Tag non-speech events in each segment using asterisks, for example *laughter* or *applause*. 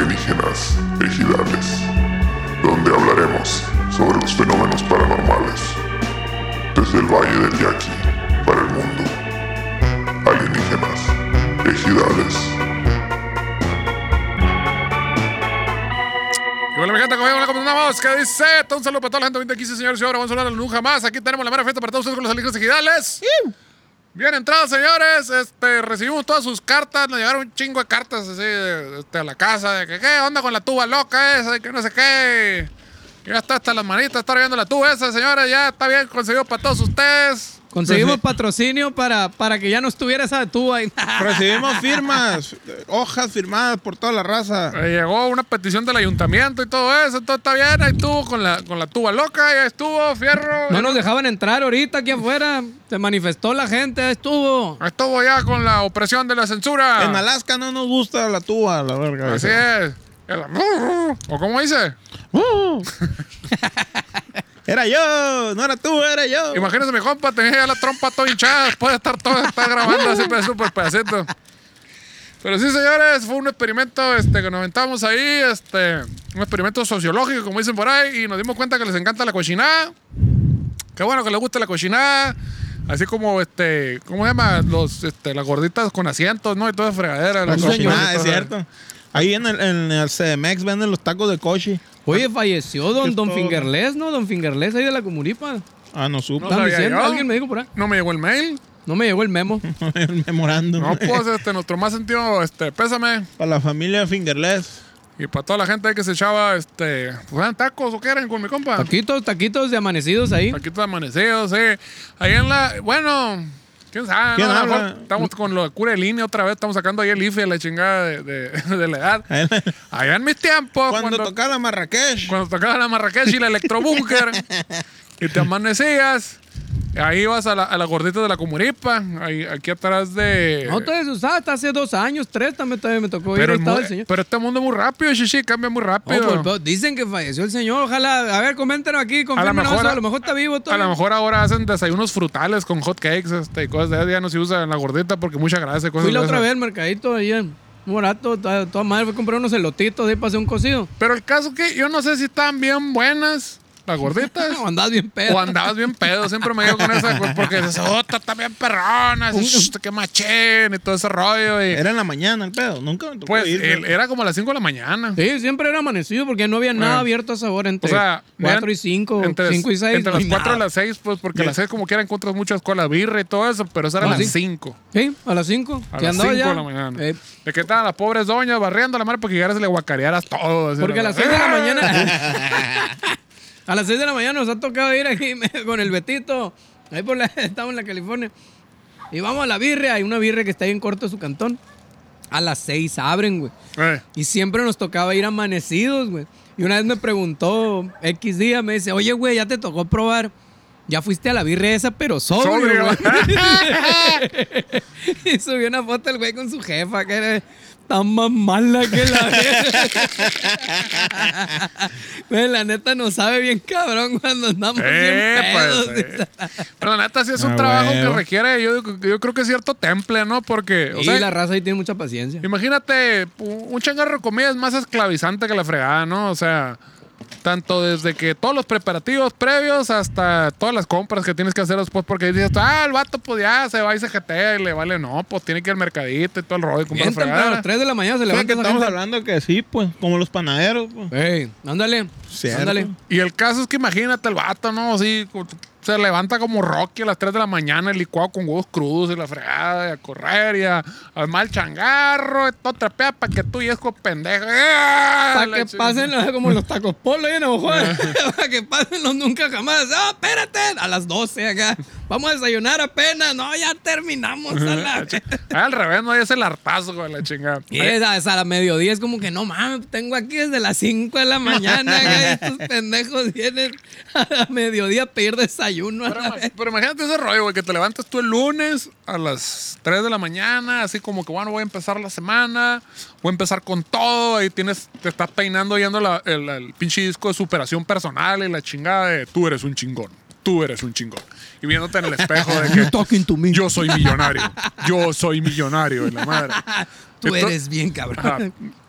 Leyendas Ejidales, donde hablaremos sobre los fenómenos paranormales desde el Valle del Yaqui para el mundo. Alienígenas, ejidales. Y Hola, mi gente, ¿cómo estamos? ¿Cómo andamos? ¿Qué dice? Todo un saludo para toda la gente de 2015, señores. Y ahora vamos a hablar nunca más. Aquí tenemos la mera fiesta para todos ustedes con los alegres ejidales. Bien entrados, señores. Este, recibimos todas sus cartas. Nos llegaron un chingo de cartas así de- este, a la casa. De que, ¿qué onda con la tuba loca esa? Y que no sé qué. Que ya está hasta las manitas, está viendo la tuba esa, señores. Ya está bien conseguido para todos ustedes. Conseguimos Reci- patrocinio para, para que ya no estuviera esa tuba ahí. *laughs* Recibimos firmas, eh, hojas firmadas por toda la raza. Eh, llegó una petición del ayuntamiento y todo eso. Todo está bien. Ahí estuvo con la, con la tuba loca. Ya estuvo, fierro. No nos dejaban entrar ahorita aquí afuera. Se manifestó la gente, ahí estuvo. Ahí Estuvo ya con la opresión de la censura. En Alaska no nos gusta la tuba, la verga. Así es. El- ¿O cómo dice? Uh. era yo, no era tú, era yo. Imagínense, mi compa tenía ya la trompa toda hinchada después de estar todo estar grabando así pues, súper pedacito. Pero sí, señores, fue un experimento este, que nos aventamos ahí, este, un experimento sociológico, como dicen por ahí, y nos dimos cuenta que les encanta la cochinada. Qué bueno que les gusta la cochinada. Así como, este, ¿cómo se llama? Los, este, las gorditas con asientos, ¿no? Y toda fregadera. La los cochinos Ah, cochinada, y es todo eso. cierto. Ahí en el, en el CDMX venden los tacos de coche. Oye, falleció don, Es don todo. Fingerless, ¿no? Don Fingerless ahí de la comunipa. Ah, no supo. No. Estaban sabía diciendo, yo. alguien me dijo por ahí. No me llegó el mail. No me llegó el memo. *laughs* el *laughs* memorándum. No, pues, este, nuestro más sentido, este, pésame. *laughs* Para la familia Fingerless. Y para toda la gente que se echaba, este, pues eran tacos o qué eran con mi compa. Taquitos, taquitos de amanecidos ahí. Taquitos amanecidos, sí. Ahí en la, bueno, quién sabe, ¿Quién ¿no? A lo mejor habla? estamos con lo de cura de línea otra vez, estamos sacando ahí el IFE, la chingada de, de- *laughs* de la edad. Cuando, Allá en mis tiempos, cuando, cuando, tocaba Marrakech. tocaba la Marrakech y la Electrobúnker, y te amanecías, ahí ibas a la, a la gordita de la Comuripa, ahí, aquí atrás de... No te desusaba, hasta hace dos años, tres también, todavía me tocó ir. pero, ahí el mu- estaba el señor. pero este mundo es muy rápido, Shishi, cambia muy No, rápido. pues, pero dicen que falleció el señor. Ojalá, a ver, coméntenos aquí, confirmen eso. A lo mejor está vivo A todavía. lo mejor ahora hacen desayunos frutales con hot cakes este, y cosas de esas. Ya no se usa en la gordita porque mucha grasa y cosas Fui la de otra esas. vez al mercadito ahí en Morato, toda, toda madre, fui a comprar unos elotitos ahí para hacer un cocido. Pero el caso que yo no sé si están bien buenas las *laughs* gorditas. No, andabas bien pedo. O andabas bien pedo, siempre me digo con esa, co- porque dices, otra está bien perrona, que qué machín y todo ese rollo. Y, Era en la mañana el pedo. Nunca me tocó pues ir. el- era como a las 5 de la mañana. Sí, siempre era amanecido porque no había nada abierto a esa hora O entre sea, 4 eran- y 5, entre, las- 5 y 6. Entre las 4 y las 6, pues porque a las 6 como quiera encuentras muchas colas, birra y todo eso, pero esa era a No, las Ah, sí. 5. Sí, a las 5. A que las 5 andaba de ya. la mañana. Eh, ¿De qué estaban las pobres doñas barriendo la madre para que llegaras y le guacarearas todo? así, porque a la- las 6 de la mañana. *laughs* *laughs* a las 6 de la mañana nos ha tocado ir aquí me- con el Betito. Ahí por la, *laughs* estamos en la California. Y vamos a la birria. Hay una birria que está ahí en corto de su cantón. A las 6 abren, güey. Eh, Y siempre nos tocaba ir amanecidos, güey. Y una vez me preguntó, X día, me dice, oye, güey, ya te tocó probar. Ya fuiste a la birria esa, pero sobrio, Sobrio. *laughs* güey. *laughs* y subió una foto el güey con su jefa, que era tan más mala que la *laughs* verga. Güey, la neta no sabe bien cabrón cuando andamos eh, *laughs* bien pedos. pues, *laughs* eh. Pero la neta sí es un Ah, trabajo huevo. que requiere, yo, yo creo que cierto temple, ¿no? Porque, o y sea, la raza ahí tiene mucha paciencia. imagínate, un changarro de comida es más esclavizante que la fregada, ¿no? O sea, tanto desde que todos los preparativos previos hasta todas las compras que tienes que hacer después, porque dices, ah, el vato pues ya se va y se jetea y le vale, no, pues tiene que ir al mercadito y todo el rollo y comprar Bien temprano, a fregada. las 3 de la mañana se Sí, que levanta esa estamos gente. hablando que sí, pues, como los panaderos. Pues. Ey, ándale, Cierto. ándale. Y el caso es que imagínate el vato, ¿no? Así cu- se levanta como Rocky a las 3 de la mañana, el licuado con huevos crudos y la fregada, y a correr y a armar el changarro, y todo trapea para que tú y es con pendejo. Ah, Para que pasen los- como los tacos polo ahí en Ojoa. *laughs* Para que pasen los nunca jamás. ¡Ah, espérate! A las 12 acá. Vamos a desayunar apenas. No, ya terminamos. A la... Al revés, no, ahí es el hartazgo de la chingada. Y es a, es a la mediodía es como que no mames, tengo aquí desde las 5 de la mañana. acá, y *laughs* estos pendejos vienen a la mediodía a pedir desayuno. a Pero, la ima- vez. *laughs* pero imagínate ese rollo, güey, que te levantas tú el lunes a las 3 de la mañana, así como que, bueno, voy a empezar la semana, voy a empezar con todo, ahí tienes, te estás peinando yendo la- el, el pinche disco de superación personal y la chingada de tú eres un chingón, tú eres un chingón. Y viéndote *laughs* en el espejo de que Talking to me. yo Ah, soy millonario, yo soy millonario, y la madre. Tú Entonces- eres bien cabrón. Ajá,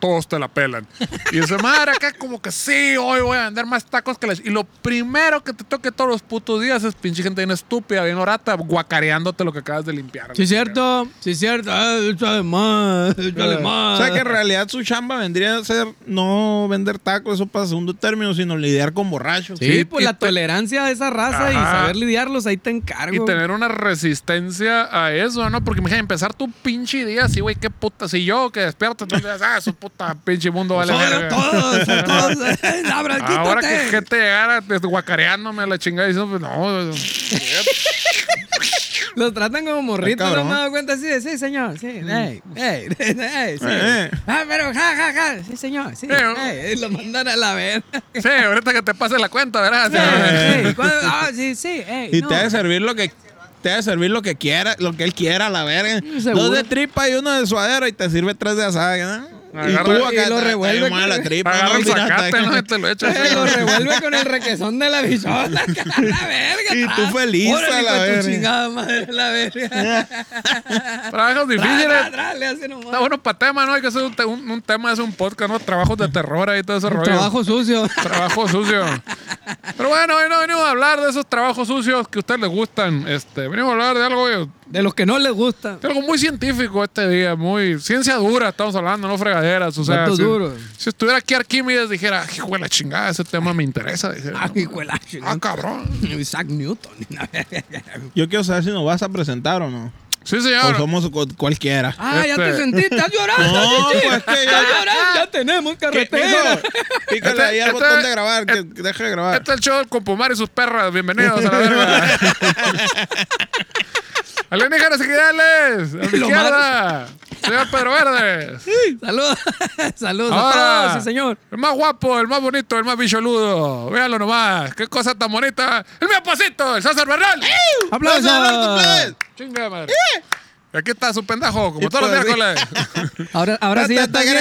todos te la pelan. Y dice, madre, acá como que sí, hoy voy a vender más tacos que la... ch-". Y lo primero que te toque todos los putos días es pinche gente bien estúpida, bien orata, guacareándote lo que acabas de limpiar. Sí, cierto. Sí, cierto. Ah, échale más. Échale Eh, más. O sea que en realidad su chamba vendría a ser no vender tacos, eso para segundo término, sino lidiar con borrachos. Sí, Sí, pues y la te- tolerancia de esa raza y Ajá. saber lidiarlos, ahí te encargo. Y tener una resistencia a eso, ¿no? Porque, imagínate, empezar tu pinche día así, güey, qué puta. Si yo que despierto, tú dices, ah, su puta pinche mundo vale Todos, verga. todos, todos. *laughs* Abra, Ahora que quítate. gente llegara desguacareándome a la chingada diciendo, pues no, Los tratan como morritos, Está no cabrón. me he dado cuenta. Sí, sí, señor. Sí, ey, ey, *laughs* ey, sí. Eh, eh. Ah, pero ja, ja, ja. Sí, señor. Sí, Pero- ey, lo mandan a la verga. *laughs* sí, ahorita que te pase la cuenta, ¿verdad? Ey, ey, ¿cuándo? Ah, sí, sí, ey, Y no. te ha *laughs* de servir lo que te ha de servir lo que quiera, lo que él quiera, la verga. seguro. Dos de tripa y uno de suadero y te sirve tres de asada, ¿no? Agarra- Y lo ta- ta- revuelve. bien mala la tripa, Agarra ¿no? el Mira, sacate, ta- ¿no? Y te lo echas. Eh, lo revuelve con el requesón de la bichota. *laughs* la verga. Y tú atrás. feliz a Órale, la hijo de tu verga. chingada madre, la verga. Trabajos Tra, tra, difíciles. tra, le hace nomás. Está bueno para tema, ¿no? Hay que hacer un, te- un- un tema, es un podcast, ¿no? Trabajos de terror ahí, todo ese rollo. Trabajo sucio. Trabajo sucio. Pero bueno, hoy no venimos a hablar de esos trabajos sucios que a ustedes les gustan. Este, venimos a hablar de algo, de De los que no les gusta. algo muy científico este día, muy ciencia dura, estamos hablando, no fregaderas. O sea, Datos si, duros. si estuviera aquí Arquímedes, dijera, hijo de la chingada, ese tema me interesa. dijera, Ah, hijo de la ah, chingada. cabrón. Isaac *laughs* Newton. la verga. Yo quiero saber si nos vas a presentar o no. Sí, O señor. somos cu- cualquiera. Ah, ya te Este- sentí, estás llorando. No, chichi. pues, que ya- Estás llorando, ya tenemos ¿Qué, carretera. mijo? *laughs* Pícale Este- ahí al este- botón de grabar, que que deja de Ah. grabar. Este es el show del Compomar y sus perras. Bienvenidos a la *laughs* verga. Alienígenas Equidales. A mi Lo izquierda. Señor Pedro Verdes. *laughs* Saludos, saludos a Ahora, todos, sí, señor. El más guapo, el más bonito, el más bicholudo. Véanlo nomás. Qué cosa tan bonita. El mío pasito, el César Bernal. ¡Vamos a hablar con Aplausos. ustedes! Chinga madre. Y aquí está su pendejo, como Y todos los pues, miércoles. Ahora, ahora sí ya estás bien.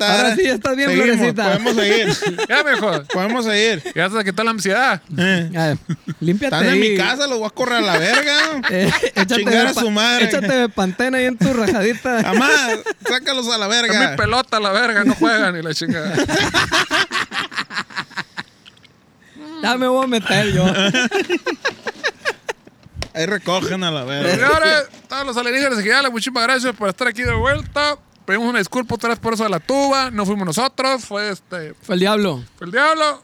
Ahora sí ya estás bien, Seguimos, Florecita. Podemos seguir. ya, mijo. Podemos seguir. Ya se quitó la ansiedad. *laughs* Ya, Límpiate Están en Eh. ahí. mi casa, los voy a correr a la verga. *laughs* Eh, échate Chingar de a pa- su madre. Échate de pantena ahí en tu *laughs* rajadita. Mamá, sácalos a la Es mi verga. pelota, la verga. No juegan ni la chingada. ya me voy a meter yo. Ahí recogen a la verga. Señores, todos los alienígenas ejidales, muchísimas gracias por estar aquí de vuelta. Pedimos una disculpa otra vez por eso de la tuba. No fuimos nosotros, fue este, Fue el diablo. fue el diablo.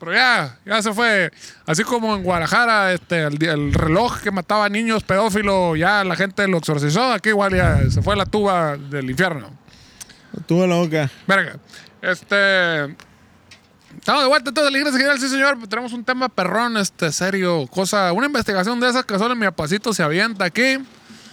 Pero ya, ya se fue. Así como en Guadalajara, este, el, di- el reloj que mataba a niños pedófilos, ya la gente lo exorcizó. Aquí igual ya se fue la tuba del infierno. Eh. Tuve la boca. Verga. Este. Estamos de vuelta, entonces, Alegrías General, sí, señor. Tenemos un tema perrón, este, serio, cosa, una investigación de esas que solo mi apacito se avienta aquí.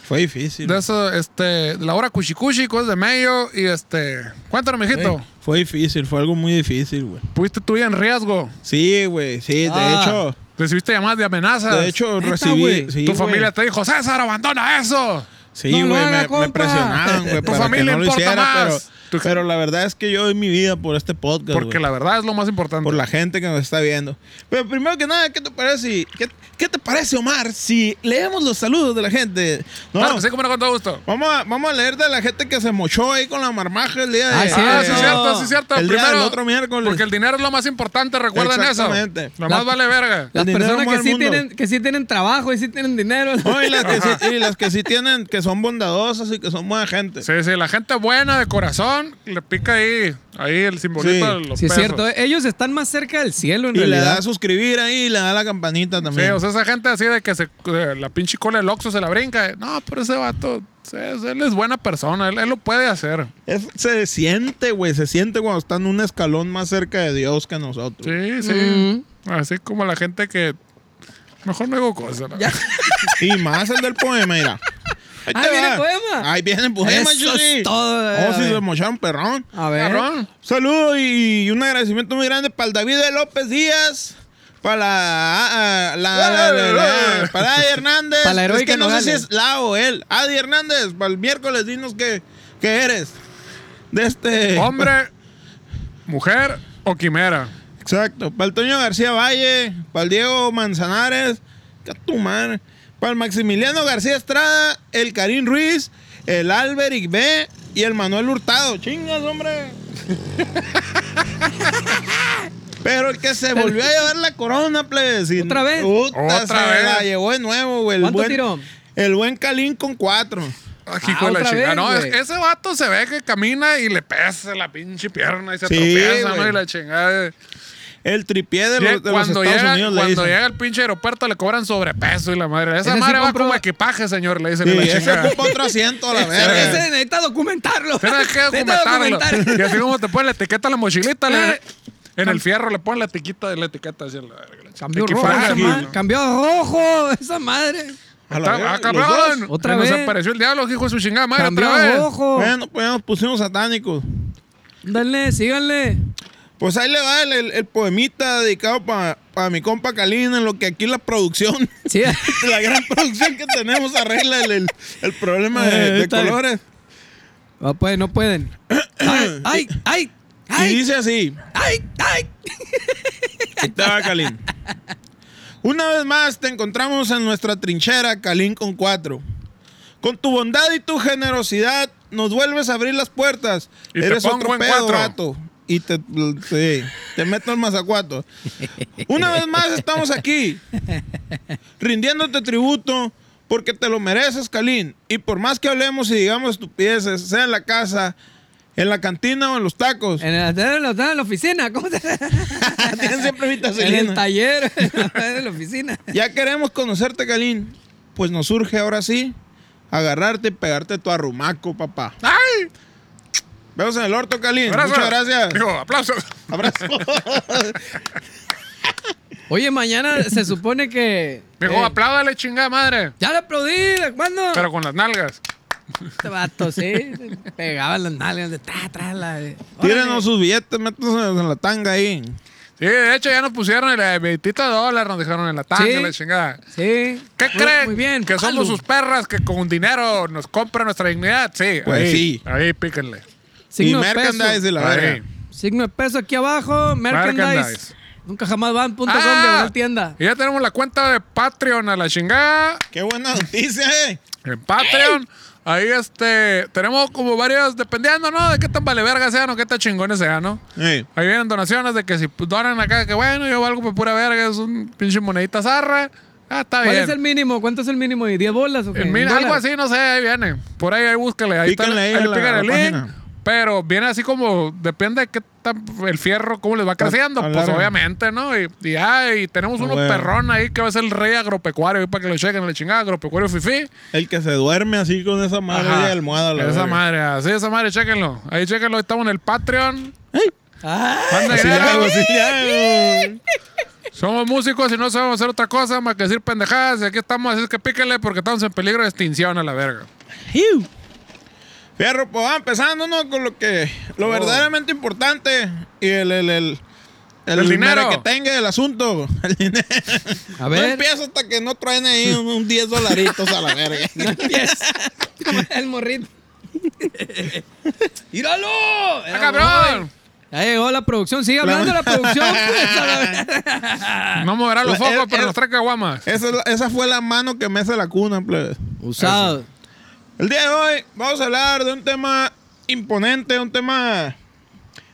Fue difícil. De eso, este, de la hora cuchicuchi, cosas de medio. Y este, cuéntanos, mijito. Fue difícil, fue algo muy difícil, güey. ¿Pudiste tu vida en riesgo? Sí, güey, sí, de Ah. hecho. ¿Recibiste llamadas de amenazas? De hecho, ¿Neta, recibí. güey? Sí, tu güey. familia te dijo, César, abandona eso. Sí, No güey, lo haga, me- me, compa. presionaban, güey. Tu para que familia no lo importa hiciera, más. Pero, pero la verdad es que yo doy mi vida por este podcast. Porque güey. la verdad es lo más importante. Por la gente que nos está viendo. Pero primero que nada, ¿qué te parece? si- ¿Qué, qué te parece, Omar? Si leemos los saludos de la gente. No, Claro, que sí, como no, con todo gusto. vamos, a, vamos a leer de la gente que se mochó ahí con la marmaja el día de Ah, sí, Ah, sí, eso. eh, cierto, sí, cierto. El día Primero, del otro miércoles. Porque el dinero es lo más importante, recuerden eso. Exactamente. Lo más La- vale verga. Las dinero personas mueve que el sí, mundo. tienen, que sí tienen trabajo y sí tienen dinero. No, y las, que sí, y las que sí tienen, que son bondadosas y que son buena gente. Sí, sí, la gente buena de corazón le pica ahí, ahí el simbolito Sí. de los Sí, es pesos. cierto. eh, Ellos están más cerca del cielo, en Y le realidad. da a suscribir ahí y le da la campanita Sí, también. o sea, esa gente así de que se, eh, la pinche cola del Oxxo se la brinca. eh. No, pero ese vato, es- él es buena persona, él, él lo puede hacer. Es- se siente, güey, se siente cuando están un escalón más cerca de Dios que nosotros. Sí, sí. Mm. Así como la gente que... Mejor no digo cosas. ¿no? Y más el del poema, mira. Ahí, Ah, te viene va. el poema. Ahí viene el poema, Eso Chuy. es todo, Ah. eh, Oh, a si ver. se mocharon, perrón. A ver. Cabrón. Saludos y un agradecimiento muy grande para el David de López Díaz. Para la, ah, ah, la- la- la- la- la- para Adi Hernández. Para la es heroica que no sé si Nogales. es la o él. Adi Hernández, para el miércoles dinos qué, qué eres. De este. Hombre, mujer o quimera. Exacto. Para el Toño García Valle, para el Diego Manzanares, que a tu madre. Para el Maximiliano García Estrada, el Karim Ruiz, el Alberic B y el Manuel Hurtado. Chingas, hombre. *laughs* Pero el que se volvió a llevar la corona, plebes. y- ¿Otra vez? Puta, Otra se vez. La llevó de nuevo, güey. el ¿Cuánto buen- tiró? El buen Calín con cuatro. Ah, hijo de la otra chingada. vez, No, es- güey. ese vato se ve que camina y le pesa la pinche pierna y se Sí, tropieza, güey. ¿no? Y la chingada. El tripié de, los- Llega- de los cuando Estados llega, Unidos le cuando dicen. llega el pinche aeropuerto le cobran sobrepeso y la madre. Esa Ese sí madre va compró- como equipaje, señor, le dicen. y Sí, la ese chingada. ocupa otro asiento a la verga. Este, Ese necesita documentarlo. Tienes que *laughs* Necesita documentarlo. documentar. Y así como te ponen la etiqueta a la mochilita, le- Eh. en el fierro le ponen la etiqueta de la etiqueta. Así, la verga, la Cambió chingada. rojo, esa Equipaje, madre. ¿no? Cambió a rojo, esa madre. A la Está- verga, ah, los cabrón. dos. eh, Otra Se Nos vez. apareció el diablo, hijo de su chingada madre, Cambió otra a vez. rojo. Bueno, pues ya nos pusimos satánicos. Dale, síganle. Pues ahí le va el, el- el poemita dedicado para mi compa Calín, en lo que aquí la producción, *laughs* Sí. *laughs* la gran producción que tenemos, arregla el, el- el problema de, de Eh, Está bien. colores. No pueden, no pueden. Ay, ay, ay. Y Ay, dice así. ay, ay. Ahí te va, Calín. Una vez más te encontramos en nuestra trinchera, Calín con cuatro. Con tu bondad y tu generosidad nos vuelves a abrir las puertas. Y te Eres pongo otro en pedo, cuatro. vato. Y te, sí, te meto el mazacuato. Una vez más estamos aquí, rindiéndote tributo porque te lo mereces, Calín. Y por más que hablemos y digamos estupideces, sea en la casa, en la cantina o en los tacos, En el en la, en la oficina, ¿cómo *laughs* se tienen siempre En vitacilina. el taller, *laughs* en la, en la oficina. Ya queremos conocerte, Galín. Pues nos surge ahora sí agarrarte y pegarte tu arrumaco, papá. ¡Ay! Vemos en el orto, Galín. Abrazo. Muchas gracias. Digo, aplausos. Abrazo. Oye, mañana se supone que. Dijo, eh, apláudale, chingada madre. ya le aplaudí, ¿de cuándo? Pero con las nalgas. Este vato, sí. Pegaban las nalgas de tra, tra, la de. Tírenos sus billetes, métanse en la tanga ahí. Sí, de hecho ya nos pusieron el 20 dólares, nos dejaron en la tanga, Sí. la chingada. Sí. ¿Qué Muy- creen? Muy bien. Que palo. somos sus perras que con dinero nos compran nuestra dignidad. Sí, Pues ahí, sí. Ahí píquenle. Y Signo de merchandise peso. de la Ahí. verga. Signo de peso aquí abajo. Merchandise. Merchandise. Nunca jamás van.com Ah, de una tienda. Y ya tenemos la cuenta de Patreon a la chingada. Qué buena noticia, eh. En Patreon. Ahí este. Tenemos como varias. Dependiendo, ¿no? De qué tan vale verga sean o qué tan chingones sean, ¿no? Eh, Ahí vienen donaciones de que si donan acá, que bueno, yo valgo por pura verga, es un pinche monedita zarra. Ah, está ¿Cuál bien. es el mínimo? ¿Cuánto es el mínimo? ¿Y 10 bolas o qué? El min- ¿En Eh, algo dólares? así, no sé, ahí viene. Por ahí, ahí búscale. Ahí, Píquenle está, ahí ahí a le la- pican a la el link. página. Pero viene así como, depende de qué tan el fierro, cómo les va creciendo. a Pues largo. obviamente, ¿no? Y, y, ah, y tenemos Ah, uno bueno. perrón ahí que va a ser el rey agropecuario, ahí para que lo chequen, le chingada, agropecuario fifí. El que se duerme así con esa madre Ajá. de almohada. La Esa verga. madre, así, esa madre, chéquenlo. Ahí chéquenlo, ahí estamos en el Patreon. Ah, Manda Así dinero. le *laughs* hago, así le hago. Somos músicos y no sabemos hacer otra cosa más que decir pendejadas. Y aquí estamos, así es que píquenle porque estamos en peligro de extinción a la verga. iu. Fierro, pues va empezando, ¿no? Con lo que. Oh. Lo verdaderamente importante. Y el. El, el, el El dinero. que tenga el asunto. *laughs* El dinero. A No ver. empieza hasta que no traen ahí un, un 10 dolaritos a la verga. Como *laughs* *laughs* el morrito. *laughs* ¡Míralo! ¡Ah, cabrón! Ya llegó la producción. Sigue hablando la producción. pues, a *laughs* la vez. No moverá los *laughs* La- focos, el- pero el- nos trae caguamas. *laughs* Esa, es la- esa fue la mano que mece la cuna, plebes. Usado. El día de hoy vamos a hablar de un tema imponente, un tema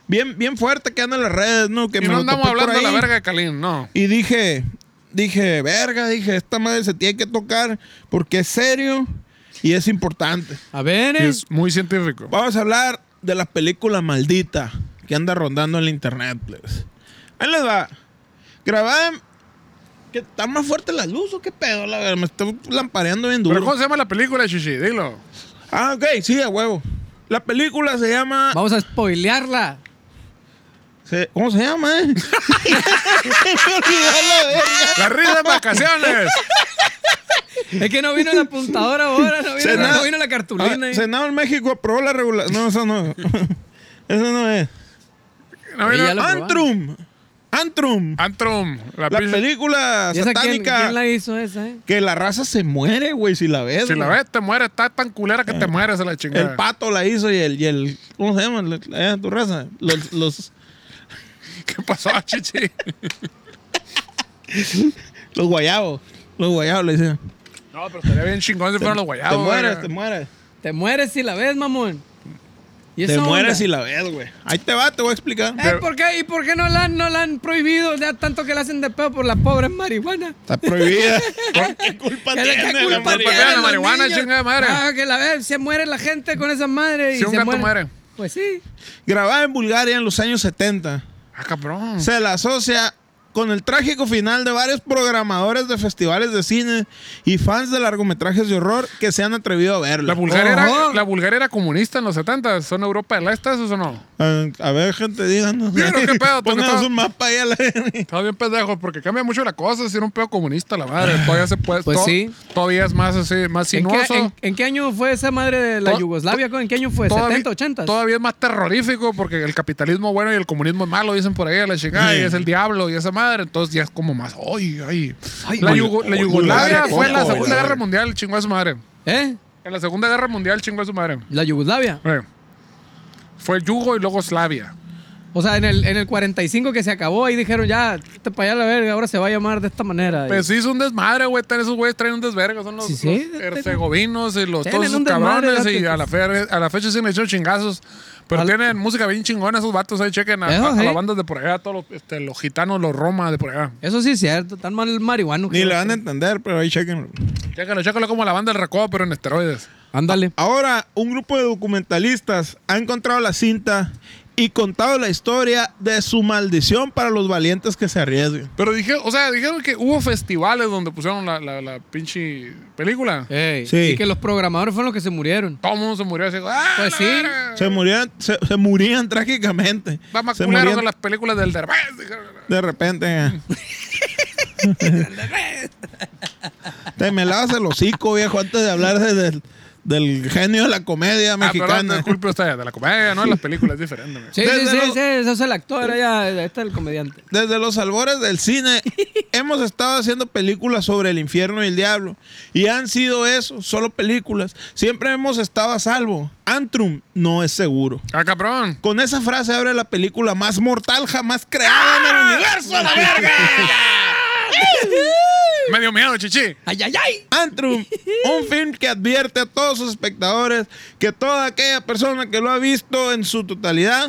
bien, bien fuerte que anda en las redes, ¿no? Que Y no lo andamos topé por hablando de la ahí. verga de Kalin, no. Y dije, dije, verga, dije, esta madre se tiene que tocar porque es serio y es importante. A ver, eh. Es muy científico. Vamos a hablar de la película maldita que anda rondando en el internet, plebes. Ahí les va. Grabada en- ¿Qué, ¿Está más fuerte la luz o qué pedo? La verdad, me está lampareando bien ¿Pero cómo duro. se llama la película, Chichi? Dilo. Ah, ok, sí, a huevo. La película se llama... vamos a spoilearla. se- ¿Cómo se llama, *laughs* eh? Me olvidó la verga. ¡La risa de *laughs* vacaciones! Es que no vino la apuntadora ahora, no vino, Senado- no vino la cartulina. Ah, eh. Senado en México aprobó la regulación. No, esa *laughs* no. esa no es. No, Y mira, ya lo- aprobaron. Ah, Antrum. Antrum. Antrum. La, La pinche- película ¿Y esa quién, satánica. quién la hizo esa, eh? Que la raza se muere, güey, si la ves. Si la güey. ves, te mueres. Está tan culera que te mueres a la chingada. Eh, El pato la hizo y el. Y el ¿Cómo se llama? La- eh, tu raza. Los, los, ¿Qué *laughs* pasó, Chichi? los guayabos. Los guayabos le dicen. no, pero estaría bien chingón si fueran los guayabos. te mueres, güey. te mueres. Te mueres si la ves, mamón. ¿Y Te esa mueres onda? y la ves, güey. Ahí te va, te voy a explicar. Eh, ¿por qué? ¿Y por qué no la, han- no la han prohibido? Ya tanto que la hacen de pedo por la pobre marihuana. *laughs* Está prohibida. ¿Qué culpa ¿Qué tiene qué la culpa marihuana? tiene la los marihuana, niños? chingada madre? Ah, que la ve, se muere la gente con esa madre. y Sí, un se gato muere. Pues sí. Grabada en Bulgaria en los años 70. Ah, Mm. cabrón. se la asocia con el trágico final de varios programadores de festivales de cine y fans de largometrajes de horror que se han atrevido a La verla. Bulgaria, era, Ajá. la Bulgaria era comunista en los 70. ¿Son Europa del Este esos o no? Ah, A ver, gente, díganos. Díganos *laughs* qué pedo, porque Pónganos estaba- un mapa ahí a la *laughs* Estaba bien pendejo porque cambia mucho la cosa. Si era un pedo comunista, la madre. Todavía se puede. Pues to- sí. Todavía es más así, más ¿En sinuoso. qué, en- en qué año fue esa madre de la To- Yugoslavia? ¿En qué año fue? todavía, ¿70, 80? todavía es más terrorífico porque el capitalismo bueno y el comunismo es malo, dicen por ahí a la chingada, Sí. y es el diablo y esa madre. Entonces ya es como más. ¡Ay, ay! Ay, la, ay, Yugo- ay, la Yugoslavia Bulgaria, fue en la cojo, Segunda la Guerra verga. Mundial, chingó a su madre. ¿Eh? En la Segunda Guerra Mundial, chingó a su madre. La Yugoslavia. Eh. Fue el Yugo y luego Slavia. O sea, en el, en el 45 que se acabó, ahí dijeron, ya, te para allá la verga, ahora se va a llamar de esta manera. Pues sí, es un desmadre, güey. Traen esos güeyes, traen un desverga. Son los, Sí, sí. los herzegovinos y los Tienen todos esos un desmadre, cabrones. gato, pues. Y a la, fe- a la fecha se han hecho chingazos. Pero Al- tienen música bien chingona esos vatos. Ahí chequen a, Eso a- a sí. las bandas de por allá. Todos los, este, los gitanos, los romas de por allá. Eso sí es cierto, tan mal marihuano. Ni que- la van a entender, pero ahí chequen. Chécalo, chécalo como la banda del recodo, pero en esteroides. Ándale. Ahora, un grupo de documentalistas ha encontrado la cinta y contado la historia de su maldición para los valientes que se arriesguen. Pero dije, o sea, dijeron que hubo festivales donde pusieron la, la, la pinche película. Ey, Sí. Y que los programadores fueron los que se murieron. Todo el mundo se murió así. ¡Ah, Pues la sí. verga! Se murían, se, se murían *laughs* trágicamente. Está más Se culero murían que las películas del Derbez. dijeron. De repente. *laughs* eh. Te me lavas el hocico, viejo, antes de hablar de- del, del genio de la comedia Ah, perdón, mexicana. disculpe usted, de la comedia, no *laughs* de las películas, es diferente. güey. Sí, sí, Desde sí, los- sí, eso es el actor, allá, está el comediante. Desde los albores *laughs* del cine hemos estado haciendo películas sobre el infierno y el diablo. Y han sido eso, solo películas. Siempre hemos estado a salvo. Antrum no es seguro. Ah, cabrón. Con esa frase abre la película más mortal jamás creada en ¡Ah! el universo, a *laughs* la verga. Me dio miedo, chichi. ¡Ay, ay, ay! Antrum, un film que advierte a todos sus espectadores que toda aquella persona que lo ha visto en su totalidad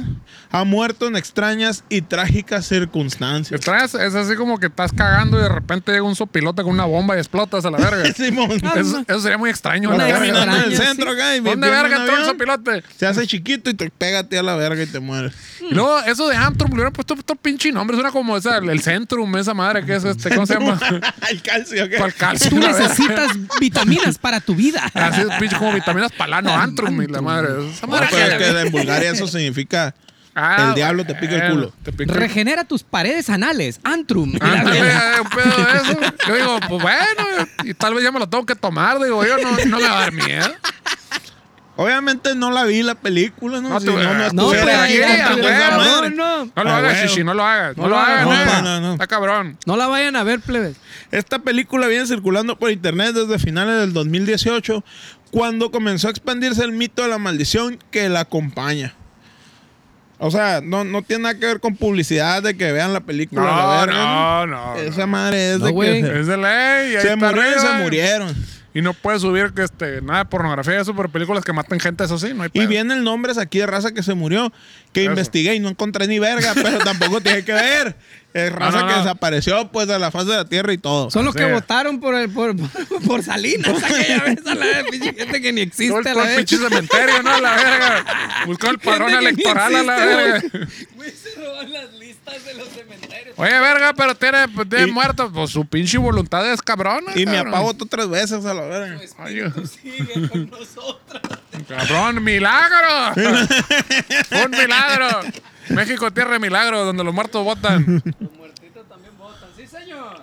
ha muerto en extrañas y trágicas circunstancias. Estás, es así como que estás cagando y de repente llega un sopilote con una bomba y explotas a la *laughs* verga. Simón, Eso, eso sería muy extraño. vas la Una verga. caminando en el extraña, centro sí. acá y ¿Dónde viene un verga entró el avión, sopilote? Se hace chiquito y te pégate a la verga y te mueres. Y luego, eso de Amtrum, le hubieran puesto otro pinche nombre. Suena como esa, el Centrum, esa madre que es este, ¿cómo se *laughs* llama? *laughs* Al calcio, ¿qué? Cual calcio. *laughs* Tú la verga. necesitas vitaminas para tu vida. Así es, pinche como vitaminas palano, Antrum, y la madre. Esa No, madre Ah, pero es que- que en Bulgaria eso significa Ah, el diablo te pica el bueno, culo. Te pica el culo. Regenera tus paredes anales, antrum. Ándale, eh, un pedo de eso. Yo digo, pues bueno, y tal vez ya me lo tengo que tomar. Digo, yo no, no me va a dar miedo. Obviamente no la vi la película, ¿no? No Si te- No, estuviera pero Fuera ahí, aquí, ahí, a ahí, huevo. no, madre. no. No lo Ah, hagas, bueno. Shishi, no lo hagas. No, No lo lo hagas, hagas, eh. no, no, no. Está cabrón. No la vayan a ver, plebes. Esta película viene circulando por internet desde finales del 2018, cuando comenzó a expandirse el mito de la maldición que la acompaña. O sea, no, no tiene nada que ver con publicidad de que vean la película. la No, verga, ¿no? no, no. Esa madre es No, de güey. que se, Es de ley. y ahí se está murieron, arriba. se murieron. Y no puedes subir que, este, nada de pornografía, eso, pero películas que matan gente, eso sí, no hay Y pedo. vienen nombres aquí de raza que se murió, que Eso. investigué y no encontré ni verga, *laughs* pero tampoco tiene que ver. Es raza no, que no. desapareció pues de la faz de la tierra y todo. Son los Sí. que votaron por, el, por, por, *laughs* por Salinas aquella vez a la vez, pinche gente que ni Todo el, existe a todo la el vez. pinche cementerio, ¿no? La verga. Buscó el padrón Gente que ni electoral a la existe, verga. Güey, se roban las listas de los cementerios. Oye, verga, pero tiene, pues, tiene Y- muerto. Pues su pinche voluntad es cabrona. y me cabrón. apagó tres veces a la verga. Ay, Sigue con nosotros. Cabrón, milagro. Un milagro. México, tierra de milagros, donde los muertos votan. Los muertitos también votan. Sí, señor.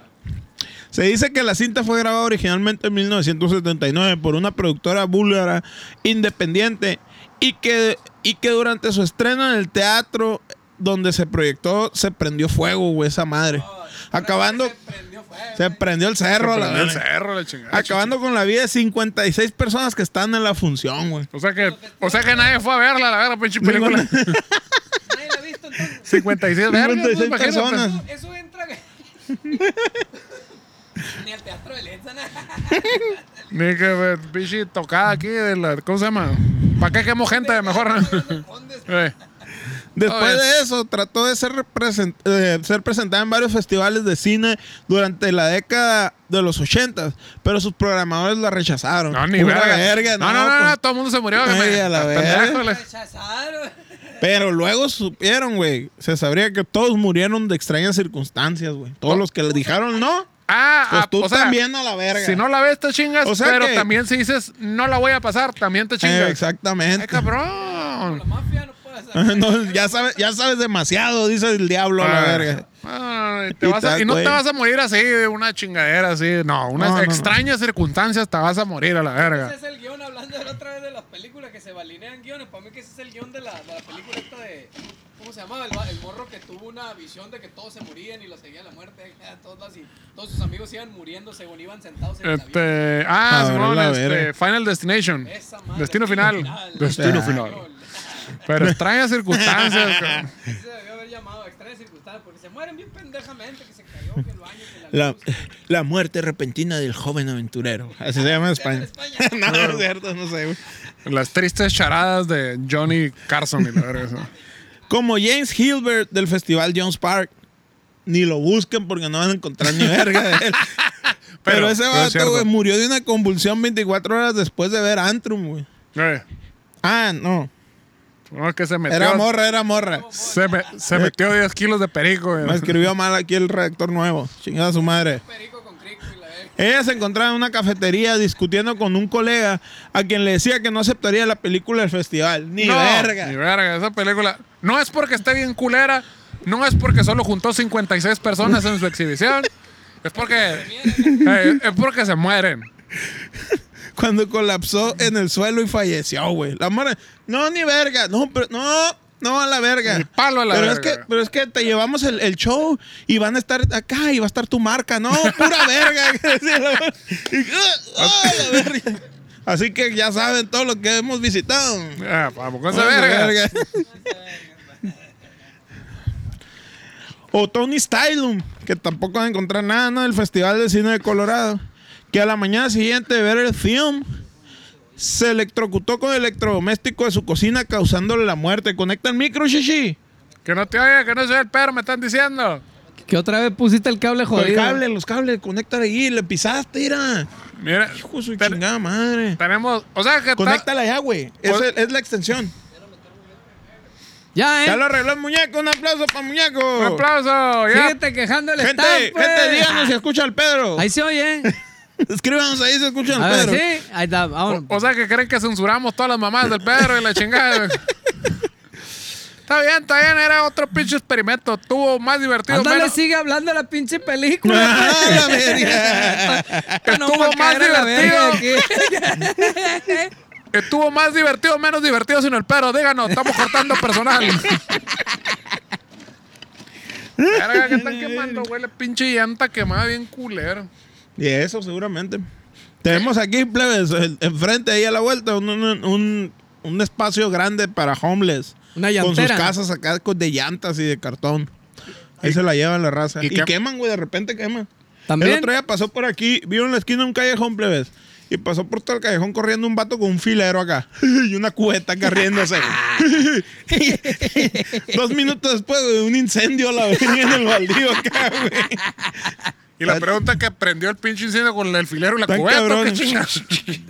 Se dice que la cinta fue grabada originalmente en 1979 por una productora búlgara independiente y que, y que durante su estreno en el teatro donde se proyectó se prendió fuego, güey, esa madre. Acabando, Prendió fuego. se prendió el cerro, la Prende el verga. cerro, la chingada. Acabando con la vida de 56 personas que están en la función, güey. O sea que, o sea que nadie fue a verla, la verga, pinche *laughs* película. Nadie la ha visto entonces. 56 vergas, pues, 56 imagínate. personas. Eso, eso entra. *laughs* Ni al teatro de Lenza, nada. Ni que eh, pinche tocada aquí de la. ¿Cómo se llama? ¿Para qué quemo gente? Mejor. Eh. Después Obvio. de eso, trató de ser, represent- eh, ser presentada en varios festivales de cine durante la década de los 80, pero sus programadores la rechazaron. No, ni Una verga. verga, no, no, no, no, pues. todo el mundo se murió. que me- Ay, a la pendejo, verga. le- Pero luego supieron, güey. Se sabría que todos murieron de extrañas circunstancias, güey. Todos los que le dijeron no, Ah, pues ah, tú o sea, también a la verga. Si no la ves, te chingas. O sea pero que- también si dices, no la voy a pasar, también te chingas. Eh, Ay, exactamente. cabrón. *laughs* No, ya, sabes, ya sabes demasiado, dice el diablo a la Ah, verga. ay, te Y vas a- tal, y no te güey. vas a morir así de una chingadera así. No, unas No, no, no. extrañas circunstancias te vas a morir a la Ese verga. es el guión, hablando de la otra vez de las películas que se balinean guiones. Para mí que ese es el guión de la, de la película esta de... ¿Cómo se llamaba? El, va- el morro que tuvo una visión de que todos se morían y lo seguía la muerte. Todos, las- y todos sus amigos iban muriendo según iban sentados en el avión. Este, ah, Cabrón, Simón, la este, verga. Final Destination. Esa madre, Destino final. Destino Ah. final. Pero extrañas circunstancias. cabrón. Sí Se debió haber llamado extrañas circunstancias porque se mueren bien pendejamente que se cayó, que el baño, que la... *laughs* La, luz. la muerte repentina del joven aventurero. Así se llama en España. *laughs* no, no es cierto, no sé. güey. Las tristes charadas de Johnny Carson. y la verga, eso. Como James Hilbert del Festival Jones Park. Ni lo busquen porque no van a encontrar ni verga *laughs* de él. Pero, Pero, ese pero es vato, cierto. güey, murió de una convulsión 24 horas después de ver Antrum, güey. Eh, Ah, no. no, que se metió. Era morra, era morra. Se, me- se metió 10 kilos de perico. güey. Me escribió mal aquí el redactor nuevo. Chingada su madre. Perico con crico y la verga. Ella se encontraba en una cafetería discutiendo con un colega a quien le decía que no aceptaría la película del festival. Ni No, verga. Ni verga, esa película. No es porque esté bien culera, no es porque solo juntó 56 personas en su exhibición. Es porque. eh, es porque se mueren. Cuando colapsó en el suelo y falleció, güey. La morra, no, ni verga. No, pero no, no a la verga. Ni palo a la pero verga. Es que, pero es que te llevamos el, el show y van a estar acá y va a estar tu marca. No, *laughs* pura verga. *laughs* Y, "Ah, ah, la verga". Así que ya saben todo lo que hemos visitado. Ah, vamos con esa Ah, la verga. verga. O Tony Stylum, que tampoco va a encontrar nada, ¿no? Del Festival de Cine de Colorado. Que a la mañana siguiente de ver el film, se electrocutó con el electrodoméstico de su cocina, causándole la muerte. Conecta el micro, Shishi. Que no te oiga, que no soy el perro, me están diciendo. Que otra vez pusiste el cable jodido. El cable, los cables, conecta ahí, le pisaste, mira. Mira, Hijo de su ten- chingada madre. tenemos. O sea, que está- Conéctala ya, güey. Es, Con- el- es la extensión. Ya, Ya lo eh. arregló el muñeco. Un aplauso para el Un muñeco. aplauso. ya. Síguete quejando el Gente, staff, pues. gente, díganos si escucha al Pedro. Ahí se oye, *laughs* eh. Escríbanos ahí si escuchan A al ver, Pedro. sí. Ahí está, vámonos. O, o sea, que creen que censuramos todas las mamás del perro y la chingada. está bien, está bien, era otro pinche experimento. Tuvo más divertido. Ándale, menos- sigue hablando de la pinche *laughs* película. Ah, *laughs* la verga. Esto no Estuvo va a más caer a la verga aquí. Estuvo más divertido, menos divertido sin el perro. Díganos, estamos cortando personal. Verga, que están quemando, güey? La pinche llanta quemada bien culero. Y eso seguramente. Tenemos aquí, plebes, el- enfrente ahí a la vuelta, un, un- un- un espacio grande para homeless. Una Con sus llantera. casas acá con- de llantas y de cartón. Ahí se la llevan la raza. y Y, quem- queman, güey, de repente queman. *laughs* También. El otro día pasó por aquí, vio en la esquina un callejón, plebes. Y pasó por todo el callejón corriendo un vato con un filero acá. *laughs* Y una cubeta *laughs* acá riéndose. *laughs* Dos minutos después, güey, un incendio a la avenida en el baldío acá, güey. Y la pregunta que prendió el pinche incendio con el alfilero y la Tan cubeta. ¿qué cabrones. chingados?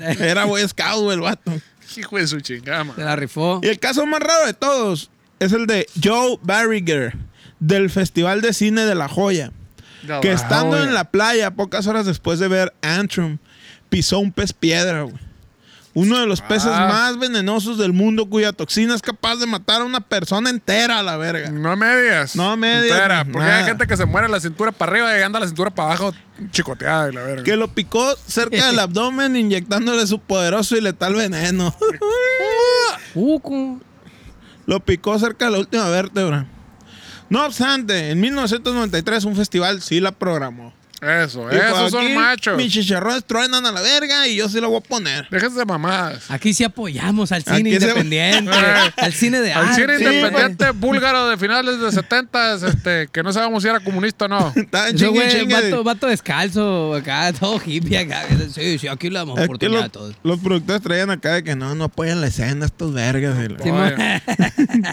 *laughs* *laughs* Era Boy Scout, güey, el vato. Hijo de su chingada, man. Se la rifó. Y el caso más raro de todos es el de Joe Barriger del Festival de Cine de La Joya, Ya que va. estando Ah, en la playa pocas horas después de ver Antrim, pisó un pez piedra, güey. Uno de los peces Ah. más venenosos del mundo cuya toxina es capaz de matar a una persona entera a la güey. verga. No a medias. No a medias, Entera, porque hay nada. gente que se muere la cintura para arriba y anda la cintura para abajo chicoteada y la verga. Que lo picó *laughs* cerca del abdomen inyectándole su poderoso y letal veneno. Uh, cu- Lo picó cerca de la última vértebra. No obstante, en 1993 un festival sí la programó. Eso, Y esos pues son aquí machos. Mis chicharrones truenan a la verga y yo sí la voy a poner. Déjense de mamadas. Aquí sí apoyamos al cine Aquí se- *laughs* independiente, Eh. al cine de Al arte. cine Ah, sí, pues. independiente búlgaro de finales de 70 este, que no sabemos si era comunista o *laughs* no. Está en Ese chingue, güey, chingue. vato, vato descalzo, acá, todo hippie, acá. Sí, sí, aquí le damos Es que oportunidad los- a todos. Los productores traían acá de que no, no apoyan la escena estos vergas. y la- Sí, Oye. *laughs* mo-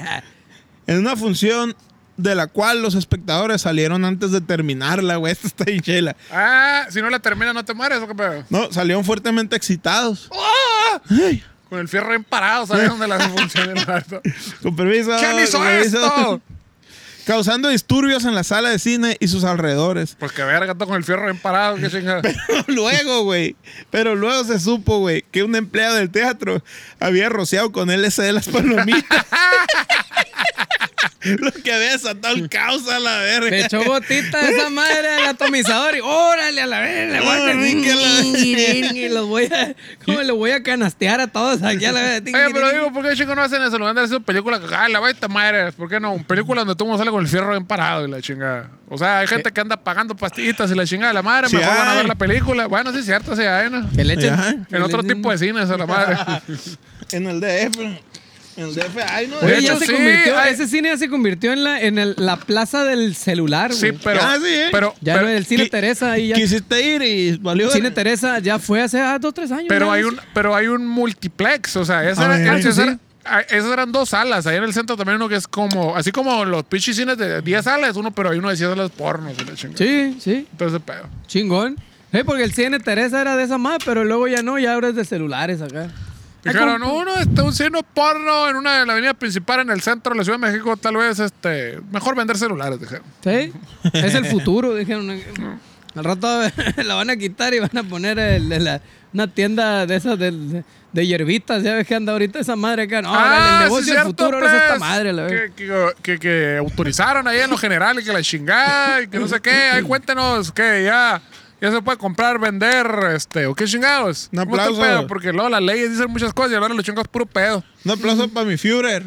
En una función de la cual los espectadores salieron antes de terminarla, güey. *laughs* Esta está bien chela. Ah, si no la termina, no te mueres, ¿o qué pedo? No, salieron fuertemente excitados. Ay, Con el fierro bien parado, ¿sabes dónde la *laughs* funciona el rato? con permiso. ¿Quién hizo con permiso. esto? *laughs* Causando disturbios en la sala de cine y sus alrededores. Pues que verga, todo con el fierro bien parado, qué chingada. luego, güey. Pero luego se supo, güey, que un empleado del teatro había rociado con LSD *laughs* las palomitas. Lo que había desatado el caos a la verga. Le echó gotita a *laughs* esa madre al atomizador y órale a la verga, le voy a Ah, rica la- y los voy a, ¿cómo le voy a canastear a todos aquí a la verga? Oye, pero digo, ¿por qué chicos no hacen eso? Lo van a hacer películas que, ay, la vaita madre, ¿por qué no? Películas donde todo mundo sale con el fierro bien parado y la chingada. O sea, hay gente que anda pagando pastillitas y la chingada de la madre, Eh. Sí mejor van a ver hay. Eh, la película. Bueno, sí es cierto, sí hay, ¿no? Que le echen- Ajá. que En le otro echen- tipo de cines a la *laughs* madre. En el DF. En el DF. Ay, no. Oye, De ya hecho, se sí, convirtió, hay- ese cine ya se convirtió en la, en el- la plaza del celular, Sí, güey. pero. Ah, sí, ¿eh? pero, Ya pero, no, el cine qui- Teresa ahí ya. Quisiste ir y valió. Cine verga. Teresa ya fue hace ah, dos, tres años. pero ¿no? hay un, pero hay un multiplex, o sea, esas Ah, eran, bueno, esas sí. eran- ah, esas eran dos salas. Ahí en el centro también hay uno que es como, así como los pichis cines de 10 salas, uno, pero hay uno de 10 salas pornos y la chingada. Sí, sí, Entonces, pedo. Ah, chingón. Sí, porque el cine Teresa era de esa más, pero luego ya no, ya ahora es de celulares acá. Ay, Dijeron, compa- uno, este, un cine porno en una de la avenida principal en el centro de la Ciudad de México, tal vez, este, mejor vender celulares, dijeron. Sí, es el futuro, dijeron. Al rato *laughs* la van a quitar y van a poner el- el- la- una tienda de esas de, de, hierbitas. Ya ves que anda ahorita esa madre acá. No, Ah, ahora el negocio Ah, sí, del cierto, futuro ahora es esta pues. madre. La verdad. que, que, que- que autorizaron ahí en lo general y que la chingada y que no sé qué. *clears throat* Ahí cuéntenos que ya, ya se puede comprar, vender, este, o qué chingados. Un ¿Cómo está el aplauso. pedo? Porque luego las leyes dicen muchas cosas y ahora los chingados puro pedo. Un aplauso para mi Führer.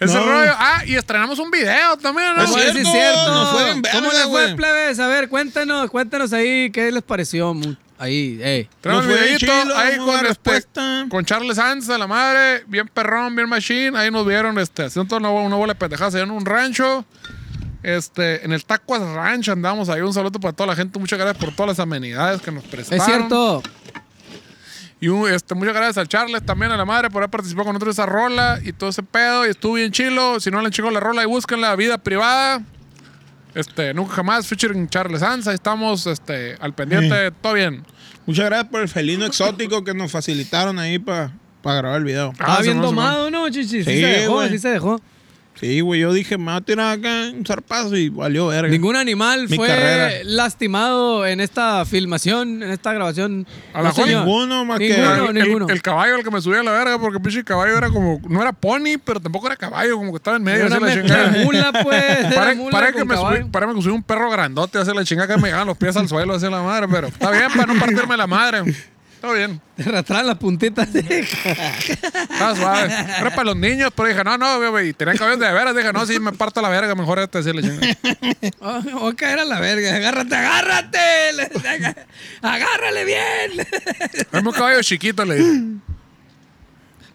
Ese No. rollo. Ah, y estrenamos un video también, ¿no? Es Oye, Pues sí cierto, nos fue bien ¿Cómo verga, les fue, güey. plebes? A ver, cuéntenos, cuéntenos ahí qué les pareció. mu- Ahí, eh. Traemos Nos fue videíto chilo, ahí muy con, buena este, respuesta. con Charles Sanz a la madre, bien perrón, bien machine. Ahí nos vieron este, haciendo toda una, bo- una bola de pendejadas allá en un rancho. Este, en el Tacuas Ranch andamos ahí. Un saludo para toda la gente. Muchas gracias por todas las amenidades que nos prestaron. Es cierto. Ah, Y un- este, muchas gracias al Charles también, a la madre, por haber participado con nosotros en esa rola y todo ese pedo. Y estuvo bien chilo. Si no le han chingado la rola y busquen la vida privada. Este, nunca jamás, featuring Charles Sanz. Ahí estamos este, al pendiente. Todo bien. Muchas gracias por el felino exótico que nos facilitaron ahí para grabar el video. Ah, Estaba bien Simón, Simón. domado, ¿no, chichi? Sí, Sí, se dejó, güey. sí se dejó. Sí, güey, yo dije, me voy a tirar acá un zarpazo y valió verga. Ningún animal Mi fue carrera. lastimado en esta filmación, en esta grabación. A lo mejor señor. ninguno, más que- Ninguno, el, ninguno. el- el caballo, el que me subía a la verga, porque pinche caballo era como. No era pony, pero tampoco era caballo, como que estaba en medio. Era hacía la me- chingada. era mula, *laughs* pues. era Pare, mula pare que con me subí, caballo. pare que subí un perro grandote a hacer la chingada que me llegaban los pies al suelo a hacer la madre, pero está bien para no partirme la madre. Está bien, Te arrastraban las puntitas. está suave. Era para los niños, pero dije, no, no, güey, y tenían caballos de veras. Dije, no, si me parto la verga, mejor este hacer la chingada. *laughs* Oh, voy a caer a la verga. Agárrate, agárrate. Le- aga- Agárrale bien. *laughs* Es un caballo chiquito, le dije.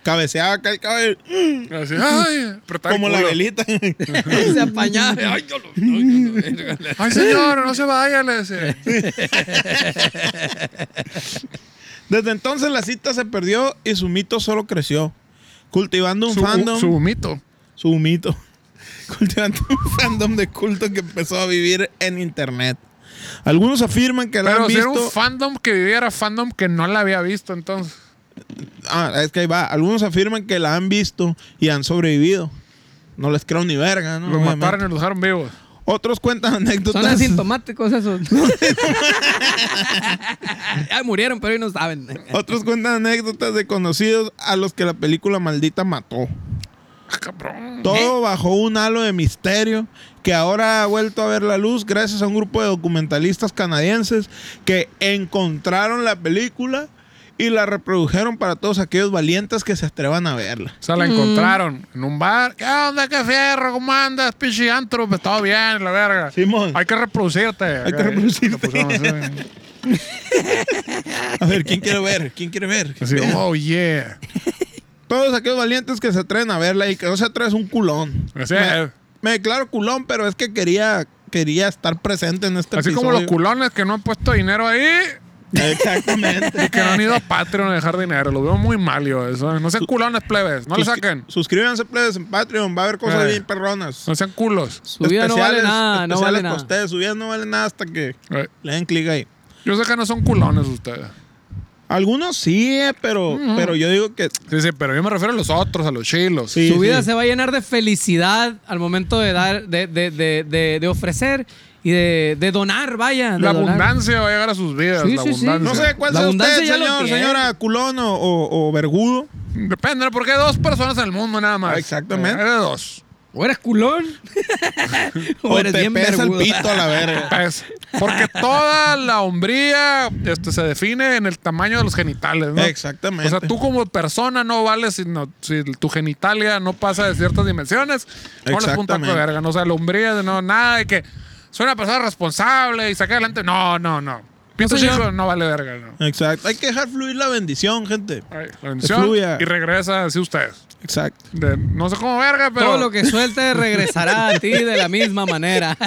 Cabeceaba acá el caballo Así, ay, pero está el como la culo. velita. Se apañaba. *laughs* Ay, yo lo- ay, yo lo- verga. Ay, señor, no se vaya, le decía. Desde entonces la cita se perdió y su mito solo creció. Cultivando un Su, fandom. su mito. su mito. *laughs* Cultivando un fandom de culto que empezó a vivir en internet. Algunos afirman que la han Pero si era un visto. fandom que viviera fandom que no la había visto entonces. Ah, es que ahí va. Algunos afirman que la han visto y han sobrevivido. No les creo ni verga, ¿no? Los Obviamente. mataron y los dejaron vivos. *laughs* Otros cuentan Son anécdotas. asintomáticos esos. *laughs* Ay, murieron, pero hoy no saben. *laughs* Otros cuentan anécdotas de conocidos a los que la película maldita mató. Ah, Cabrón. Todo bajo un halo de misterio que ahora ha vuelto a ver la luz gracias a un grupo de documentalistas canadienses que encontraron la película y la reprodujeron para todos aquellos valientes que se atrevan a verla. O sea, la encontraron en un bar. ¿Qué onda, qué fierro? ¿Cómo andas, pinche antro? Pues todo bien, la verga. Simón. Hay que reproducirte. pues, Hay que reproducirte. *laughs* A ver, ¿quién quiere ver? ¿Quién quiere ver? Así, oh, yeah. Todos aquellos valientes que se atreven a verla y que no se atreve es un culón. Así, me, me declaro culón, pero es que quería, quería estar presente en este así como los episodio. culones que no han puesto dinero ahí y Exactamente. que no han ido *laughs* a Patreon a dejar dinero. Lo veo muy mal yo eso. No sean culones, plebes. *laughs* No le Suscri- saquen. Suscríbanse, plebes, en Patreon. Va a haber cosas Eh. bien perronas. No sean culos. Su vida no vale Especiales- nada, no especiales vale para nada. ustedes. Su vida no vale nada hasta que Eh, le den clic ahí. Yo sé que no son culones ustedes. Algunos sí, eh, pero, pero yo digo que Sí, sí, pero yo me refiero a los otros, a los chilos. Sí. Su vida se va a llenar de felicidad al momento de dar, de, de, de, de, de ofrecer y de, de donar, vaya. de La donar. abundancia va a llegar a sus vidas. Sí, la sí, sí. abundancia. No sé cuál La sea usted, abundancia ya lo señor, tiene. señora culón o, o- o vergudo. Depende, ¿no? porque hay dos personas en el mundo nada más. Exactamente. Hay de dos. O eres culón. o, O, eres te bien pesa el vergudo. pito a la verga. Pues, porque *laughs* toda la hombría este, se define en el tamaño de los genitales, ¿no? Exactamente. O sea, tú como persona no vales si, no- si tu genitalia no pasa de ciertas dimensiones. No les punta de Exactamente. verga, ¿no? O sea, la hombría, de no, nada de que soy una persona responsable y saqué adelante. No, no, no. Pienso señor. chico, no vale verga, no. Exacto. Hay que dejar fluir la bendición, gente. Ay, la bendición fluya. y regresa así ustedes. Exacto. De- no sé cómo verga, pero *laughs* Todo lo que suelte regresará a ti de la misma manera.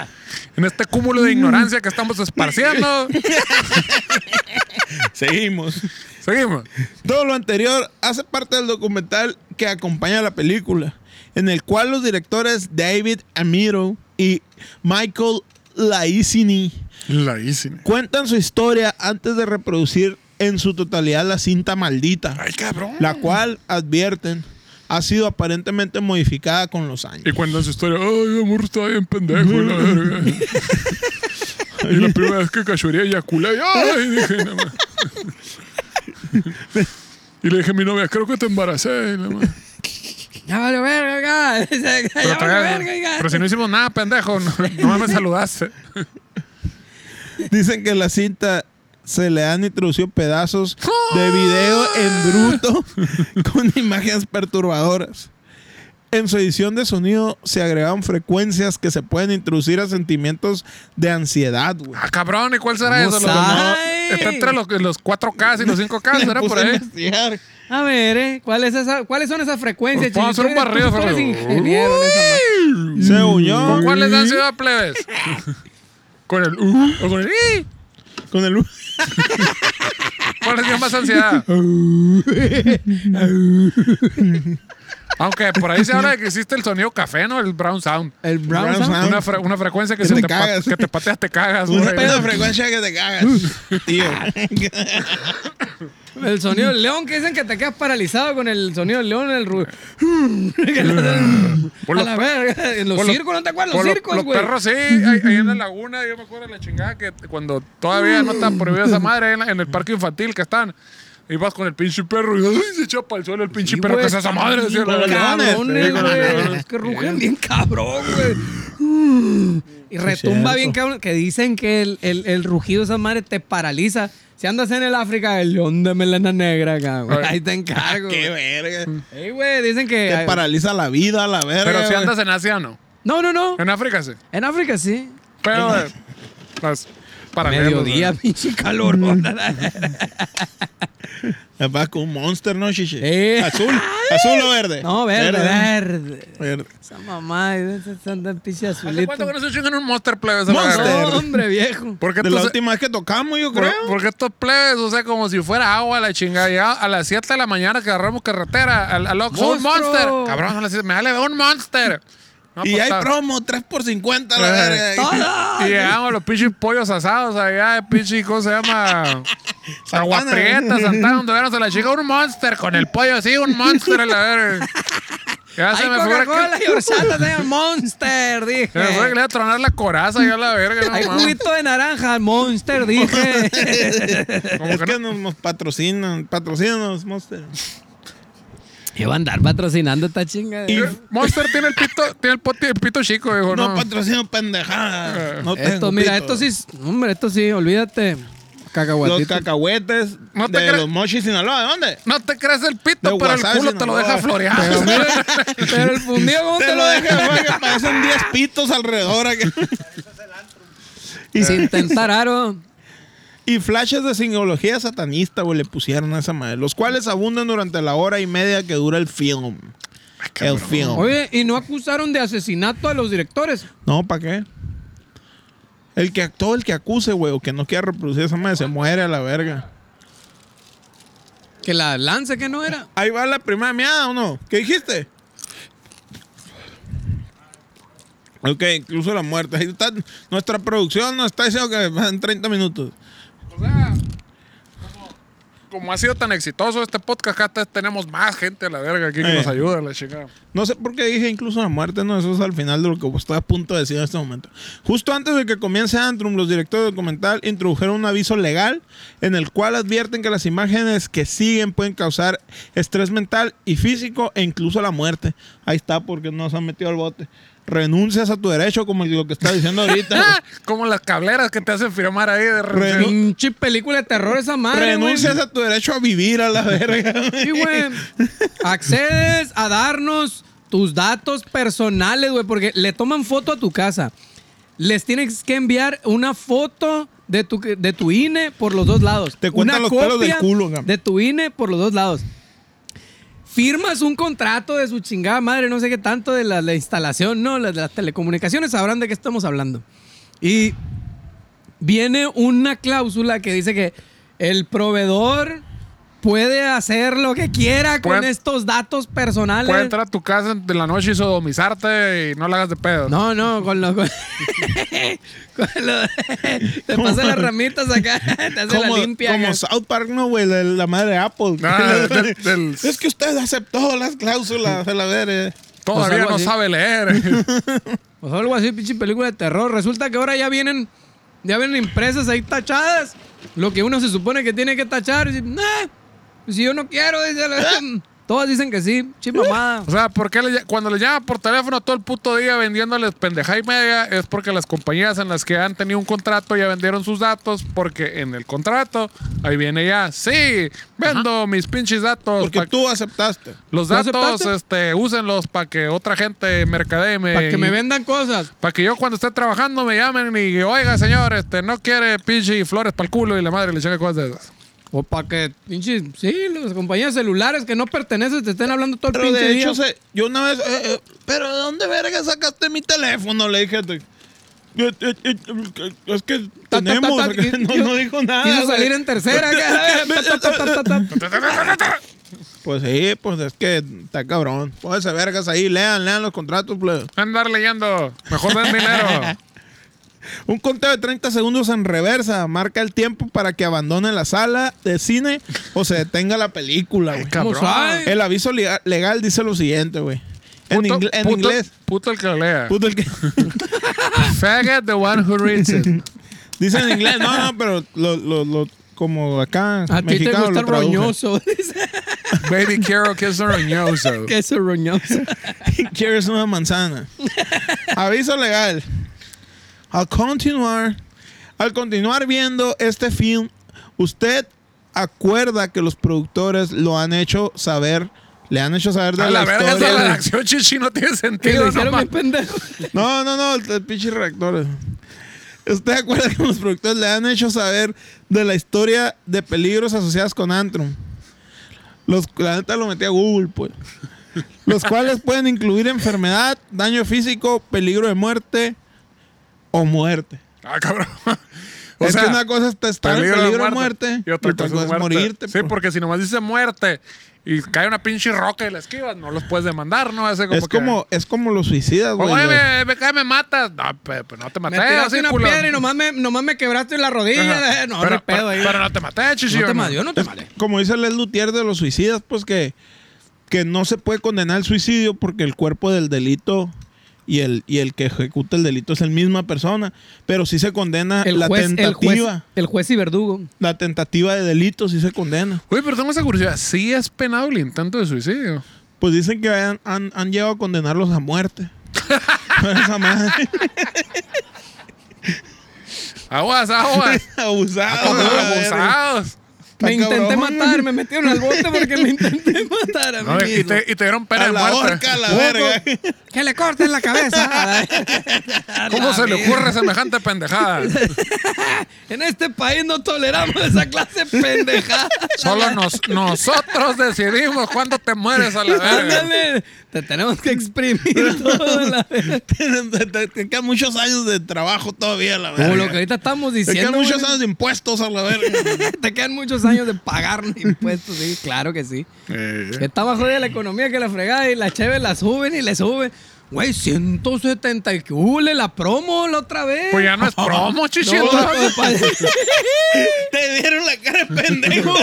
*laughs* en este cúmulo de ignorancia que estamos *laughs* esparciendo, Seguimos. seguimos. Todo lo anterior hace parte del documental que acompaña a la película, en el cual los directores David Amiro y Michael Laicini La hice. cuentan su historia antes de reproducir en su totalidad la cinta maldita. Ay, cabrón. la cual advierten ha sido aparentemente modificada con los años. Y cuentan su historia. Ay, mi amor, estaba bien pendejo. *laughs* la verga. y la primera vez que cachuría eyaculé. y Ay, dije, "No más". Y le dije a mi novia, creo que te embaracé. y la madre. *laughs* ya vale verga, oiga. *laughs* ya Pero, vale todavía- verga, oiga. pero si no hicimos nada, pendejo, no, no me saludaste. Dicen que la cinta se le han introducido pedazos ¡Ah! de video en bruto *laughs* con imágenes perturbadoras. En su edición de sonido se agregaron frecuencias que se pueden introducir a sentimientos de ansiedad, güey. Ah, cabrón, ¿y cuál será Vamos eso? Lo- lo- ahí. está entre los, los 4K y los 5K, Me ¿será puse Ah, por a ahí? investigar. A ver, ¿eh? ¿Cuál es esa- ¿cuáles son esas frecuencias? Pues, vamos a hacer un chiquito? barrido, Tú eres Fernando. ingeniero en esa madre. Según yo, ¿Con cuál les dan ciudad plebes? ¿Con el uh o con el i? con el... ¿Cuál les dio más ansiedad? Aunque por ahí se habla de que existe el sonido café, ¿no? El brown sound. El Brown Brown Sound. Sound. Una, fre- una frecuencia que, Que se te te pa- cagas. que te pateas, te cagas. Una güey. *laughs* pedo de frecuencia que te cagas, Uh. tío. El sonido del león, que dicen que te quedas paralizado con el sonido del león, el *laughs* ruido. Por a los la pe- verga. En los por los- circos, ¿no te acuerdas? por Los lo- circos, Los güey. perros, sí. Ahí, ahí en la laguna, yo me acuerdo de la chingada que cuando todavía no estaba prohibida esa madre ahí en, la- en el parque infantil que están. Y vas con el pinche perro y ¡ay! se echa para el suelo el pinche Sí, perro. güey, ¿Qué es esa madre? Decía la- los leones, Cabrones, sí, con los güey. leones. Es que rugen bien cabrón, güey. *laughs* Y retumba cierto. bien cabrón. Que dicen que el, el, el rugido de esa madre te paraliza. Si andas en el África, el león de melena negra, cabrón. Ay. Ahí *laughs* te encargo. Qué güey. verga. Ey, güey, dicen que. Te paraliza la vida, la verga. Pero si güey. *laughs* andas en Asia, no. No, no, no. En África, sí. En África sí. Pero, eh, las paralelos, Mediodía, güey. pinche calor. Me *laughs* vas con un monster, ¿no, chiche? Eh. Azul. ¿Azul o verde? No, verde, verde. Verde. Esa mamá, esa santa pinche ¿Hace azulito. cuánto que no se chingan un Monster Plebes? a la Monster. verga? No, hombre, viejo. ¿Por qué De la estos- última vez que tocamos, yo por- creo. Porque estos plebes, o sea, como si fuera agua la chingada. Llegaba a las 7 de la mañana que agarramos carretera al, al Oxxo, un ¡Monstruo! Monster. Cabrón, a las 7, me vale un Monster. No, y pues, hay está- promo, 3 por 50 la Eh, verga. *laughs* Y llegamos los pinches pollos asados allá de pinche, ¿cómo se llama? Agua Prieta, Santana, donde vieron a la chica un Monster con el pollo así, un Monster a la verga. Ya se Hay me fue Coca-Cola que- y horchata, señor Monster, se me fue que le dije. iba a tronar la coraza ya a la verga. No, Hay mames. juguito de naranja, Monster, dije. *laughs* Como Es que que nos, nos patrocinan, patrocínanos, Monster. Y va a andar patrocinando esta chinga. eh. Y Monster tiene el pito, tiene el, poti- el pito chico, dijo, No, no. Eh. patrocino pendejadas. No Esto, tengo mira, pito. esto sí, hombre, esto sí, olvídate. Los Cacahuatitos. cacahuetes No te de cre- los mochis Sinaloa. ¿De dónde? No te crees el De pito, pero el Guasave, culo te lo Sinaloa. deja floreado. Pero mira, *laughs* pero el fundido, ¿cómo te lo deja? que parecen 10 pitos alrededor. aquí. Sin tentar aro. Y flashes de simbología satanista, güey, le pusieron a esa madre. Los cuales abundan durante la hora y media que dura el film. el film. Ah, Oye, y *laughs* no acusaron de asesinato a los directores. No, ¿para qué? El que todo el que acuse, güey, o que no quiera reproducir esa madre, se muere a la verga. Que la lanza que no era. Ahí va la primera meada, ¿o no? ¿Qué dijiste? Ok, incluso la muerte. Ahí está, nuestra producción nos está diciendo que van 30 minutos. O sea, como, *laughs* como ha sido tan exitoso este podcast, hasta tenemos más gente a la verga aquí que Eh. nos ayuda, la chica. No sé por qué dije incluso la muerte, no, eso es al final de lo que estaba a punto de decir en este momento. Justo antes de que comience Antrum, los directores del documental introdujeron un aviso legal en el cual advierten que las imágenes que siguen pueden causar estrés mental y físico e incluso la muerte. Ahí está, porque no se han metido al bote. Renuncias a tu derecho, como lo que está diciendo ahorita. güey. Como las cableras que te hacen firmar ahí de Renu- Pinche película de terror esa *laughs* madre. Renuncias güey. a tu derecho a vivir a la verga. güey. Sí, güey. Accedes a darnos tus datos personales, güey, porque le toman foto a tu casa. Les tienes que enviar una foto de tu, de tu INE por los dos lados. Te cuentan Una los pelos del copia culo, güey. De tu INE por los dos lados. Firmas un contrato de su chingada madre, no sé qué tanto, de la, la instalación, ¿no? Las de las telecomunicaciones sabrán de qué estamos hablando. Y viene una cláusula que dice que el proveedor puede hacer lo que quiera con Puede- estos datos personales. Puede entrar a tu casa de la noche y sodomizarte y no la hagas de pedo. No, no, con los. Con, *laughs* con lo- *laughs* te pasa las ramitas acá, te hace la Como, limpia. como acá. South Park, no, güey, la, la madre Apple. *laughs* Ah, del- del- Es que usted aceptó las cláusulas, a la eh, verga. Todavía Pues algo no así. sabe *laughs* leer. O Pues algo así, pinche película de terror. Resulta que ahora ya vienen, ya vienen impresas ahí tachadas. Lo que uno se supone que tiene que tachar. Y, dice, "Nah, si yo no quiero, dice la- ¿Eh? Todas dicen que sí, chimamada. O sea, ¿por qué le ll- cuando le llaman por teléfono todo el puto día vendiéndoles pendeja y media es porque las compañías en las que han tenido un contrato ya vendieron sus datos porque en el contrato ahí viene ya, sí, vendo mis pinches datos. Porque pa- tú aceptaste. los ¿Lo datos, aceptaste? este, úsenlos para que otra gente mercadee. Para que me vendan cosas. Para que yo cuando esté trabajando me llamen y oiga, señor, este, no quiere pinche flores para el culo y la madre le llega cosas de *laughs* esas. O para que, pinche, sí, las compañías celulares que no perteneces te estén hablando todo el Pero pinche de hecho, día. se- yo una vez. eh, eh, Pero ¿de dónde verga sacaste mi teléfono? Le dije. te- eh, eh, eh, Es *laughs* que Ta, ta, ta, tenemos. ta, porque quiso- no, no dijo nada. Quiso güey. salir en *laughs* tercera. acá. eh, Ta, ta, ta, ta, ta. Pues sí, pues es que está cabrón. Pónganse vergas ahí, lean, lean los contratos, pues. plebe. Andar leyendo, mejor den dinero. Un conteo de 30 segundos en reversa marca el tiempo para que abandone la sala de cine o se detenga la película, güey. ¿Cómo Cabrón. sabe? El aviso lega- legal dice lo siguiente, güey. *laughs* En, Puto- ingle- en puto- inglés. Puto el que lo lea. Puto el *laughs* que- *laughs* Faggot the one who reads it. dice en inglés, no, no, pero lo, lo- lo- como acá A ti te mexicano gusta lo el traducen. roñoso. *laughs* Dice Baby Carol, que es *laughs* roñoso. que es el roñoso. ¿Quieres una manzana? Aviso legal. Al continuar, al continuar viendo este film, usted acuerda que los productores lo han hecho saber, le han hecho saber de A la la, verga esa historia. de- redacción, chichi, no tiene Que lo sentido. no hicieron mames. bien pendejo. No, no, no, el, el pinche reactor. ¿Usted acuerda que los productores le han hecho saber de la historia de peligros asociados con Antrum? Los, la neta lo metí a Google, pues. Los cuales pueden incluir enfermedad, daño físico, peligro de muerte o muerte. Ah, cabrón. *laughs* O es sea, que una cosa es estar en peligro, de muerte, y otra cosa es muerte. morirte. Sí, pues. porque si nomás dice muerte y cae una pinche roca y la esquivas, no los puedes demandar, ¿no? Hace como es, que- "Oh, como, es como los suicidas, güey. Oye, los- me, me cae, me matas. No, pe- pues no te Me maté. tiraste así, una culo. piedra y nomás me, nomás me quebraste la rodilla. Ajá. *laughs* No, no pero, hay pedo pero- ahí. pero no te maté, chichi. no ¿o te no? maté, yo no te Es maté. como dice Les Lutier de los suicidas, pues que, que no se puede condenar el suicidio porque el cuerpo del delito y el, y el que ejecuta el delito es la misma persona, pero sí se condena El la juez, el, tentativa. juez, el juez y verdugo. La tentativa de delito sí se condena. Oye, pero tengo esa curiosidad. Sí es penado el intento de suicidio. Pues dicen que han, han- han llegado a condenarlos *laughs* a muerte. Por esa madre. Aguas, *laughs* aguas. Abusado. Abusados. Me Está intenté cabrón. matar, me metieron al bote porque me *laughs* intenté matar a mí No, y, y mismo. te, y te dieron pena A de la muerte. horca, a la verga. Que le corten la *laughs* cabeza. *laughs* ¿Cómo A se la le verga. ocurre semejante *laughs* pendejada? En este país no toleramos esa clase de pendejada. Solo nos, nosotros decidimos cuándo te mueres *laughs* *laughs* a la verga. Ándale, te tenemos que exprimir *laughs* todo. la verga. Te- te- *laughs* te Quedan muchos años de trabajo todavía, la verga. Como lo que ahorita estamos Te diciendo. quedan muchos güey. años de impuestos a la verga. *laughs* Te quedan muchos años de pagar impuestos, sí, claro que sí. Está más jodida la economía que la fregada y las cheves la suben y le suben. Güey, 170 y que hule la promo la otra vez. Pues ya no es *laughs* promo, chichito. No, compadre. Te dieron la cara *laughs* de pendejo.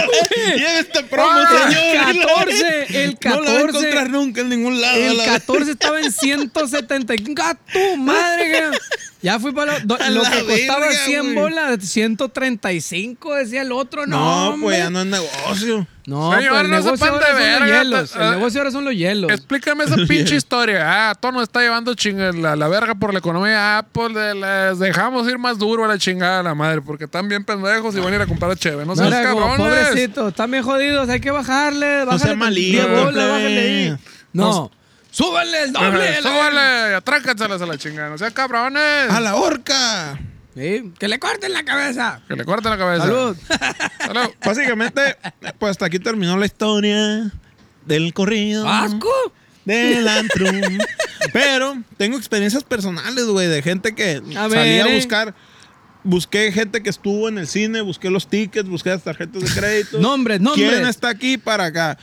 Lleva este promo, Ah, señor. 14, el No la va a 14. encontrar nunca en ningún lado. El la- 14 estaba en 175. ¡Gato, ¡Ah, madre! que- Ya fui para lo, do- A lo la que costaba verga, 100 güey. bolas, 135 decía el otro. No, No, pues hombre. ya no es negocio. No, Señor, pues el no se negocio pan ahora de son los verga, hielos. ah, El negocio ahora son los hielos. Explícame *laughs* esa pinche historia. Ah, Tono está llevando chinga la, la verga por la economía. Ah, pues le- les dejamos ir más duro a la chingada a la madre, porque están bien pendejos y van a ir a comprar a Cheve. No seas Mira, como, cabrones. pobrecito, están bien jodidos, hay que bajarle. bájale sea con malito, 10 bolas, plebe. bájale ahí. No, súbanle el doble. la- Súbale, atrácanselas a la chingada. No seas cabrones. A la horca. Sí, que le corten *laughs* la cabeza. Que le corten la cabeza. Salud. Salud. Básicamente, pues hasta aquí terminó la historia del corrido. ¡Asco! Del antro. Pero tengo experiencias personales, güey, de gente que A ver, salía eh. a buscar. Busqué gente que estuvo en el cine, busqué los tickets, busqué las tarjetas de crédito. Nombres, nombres. ¿Quién está aquí para acá?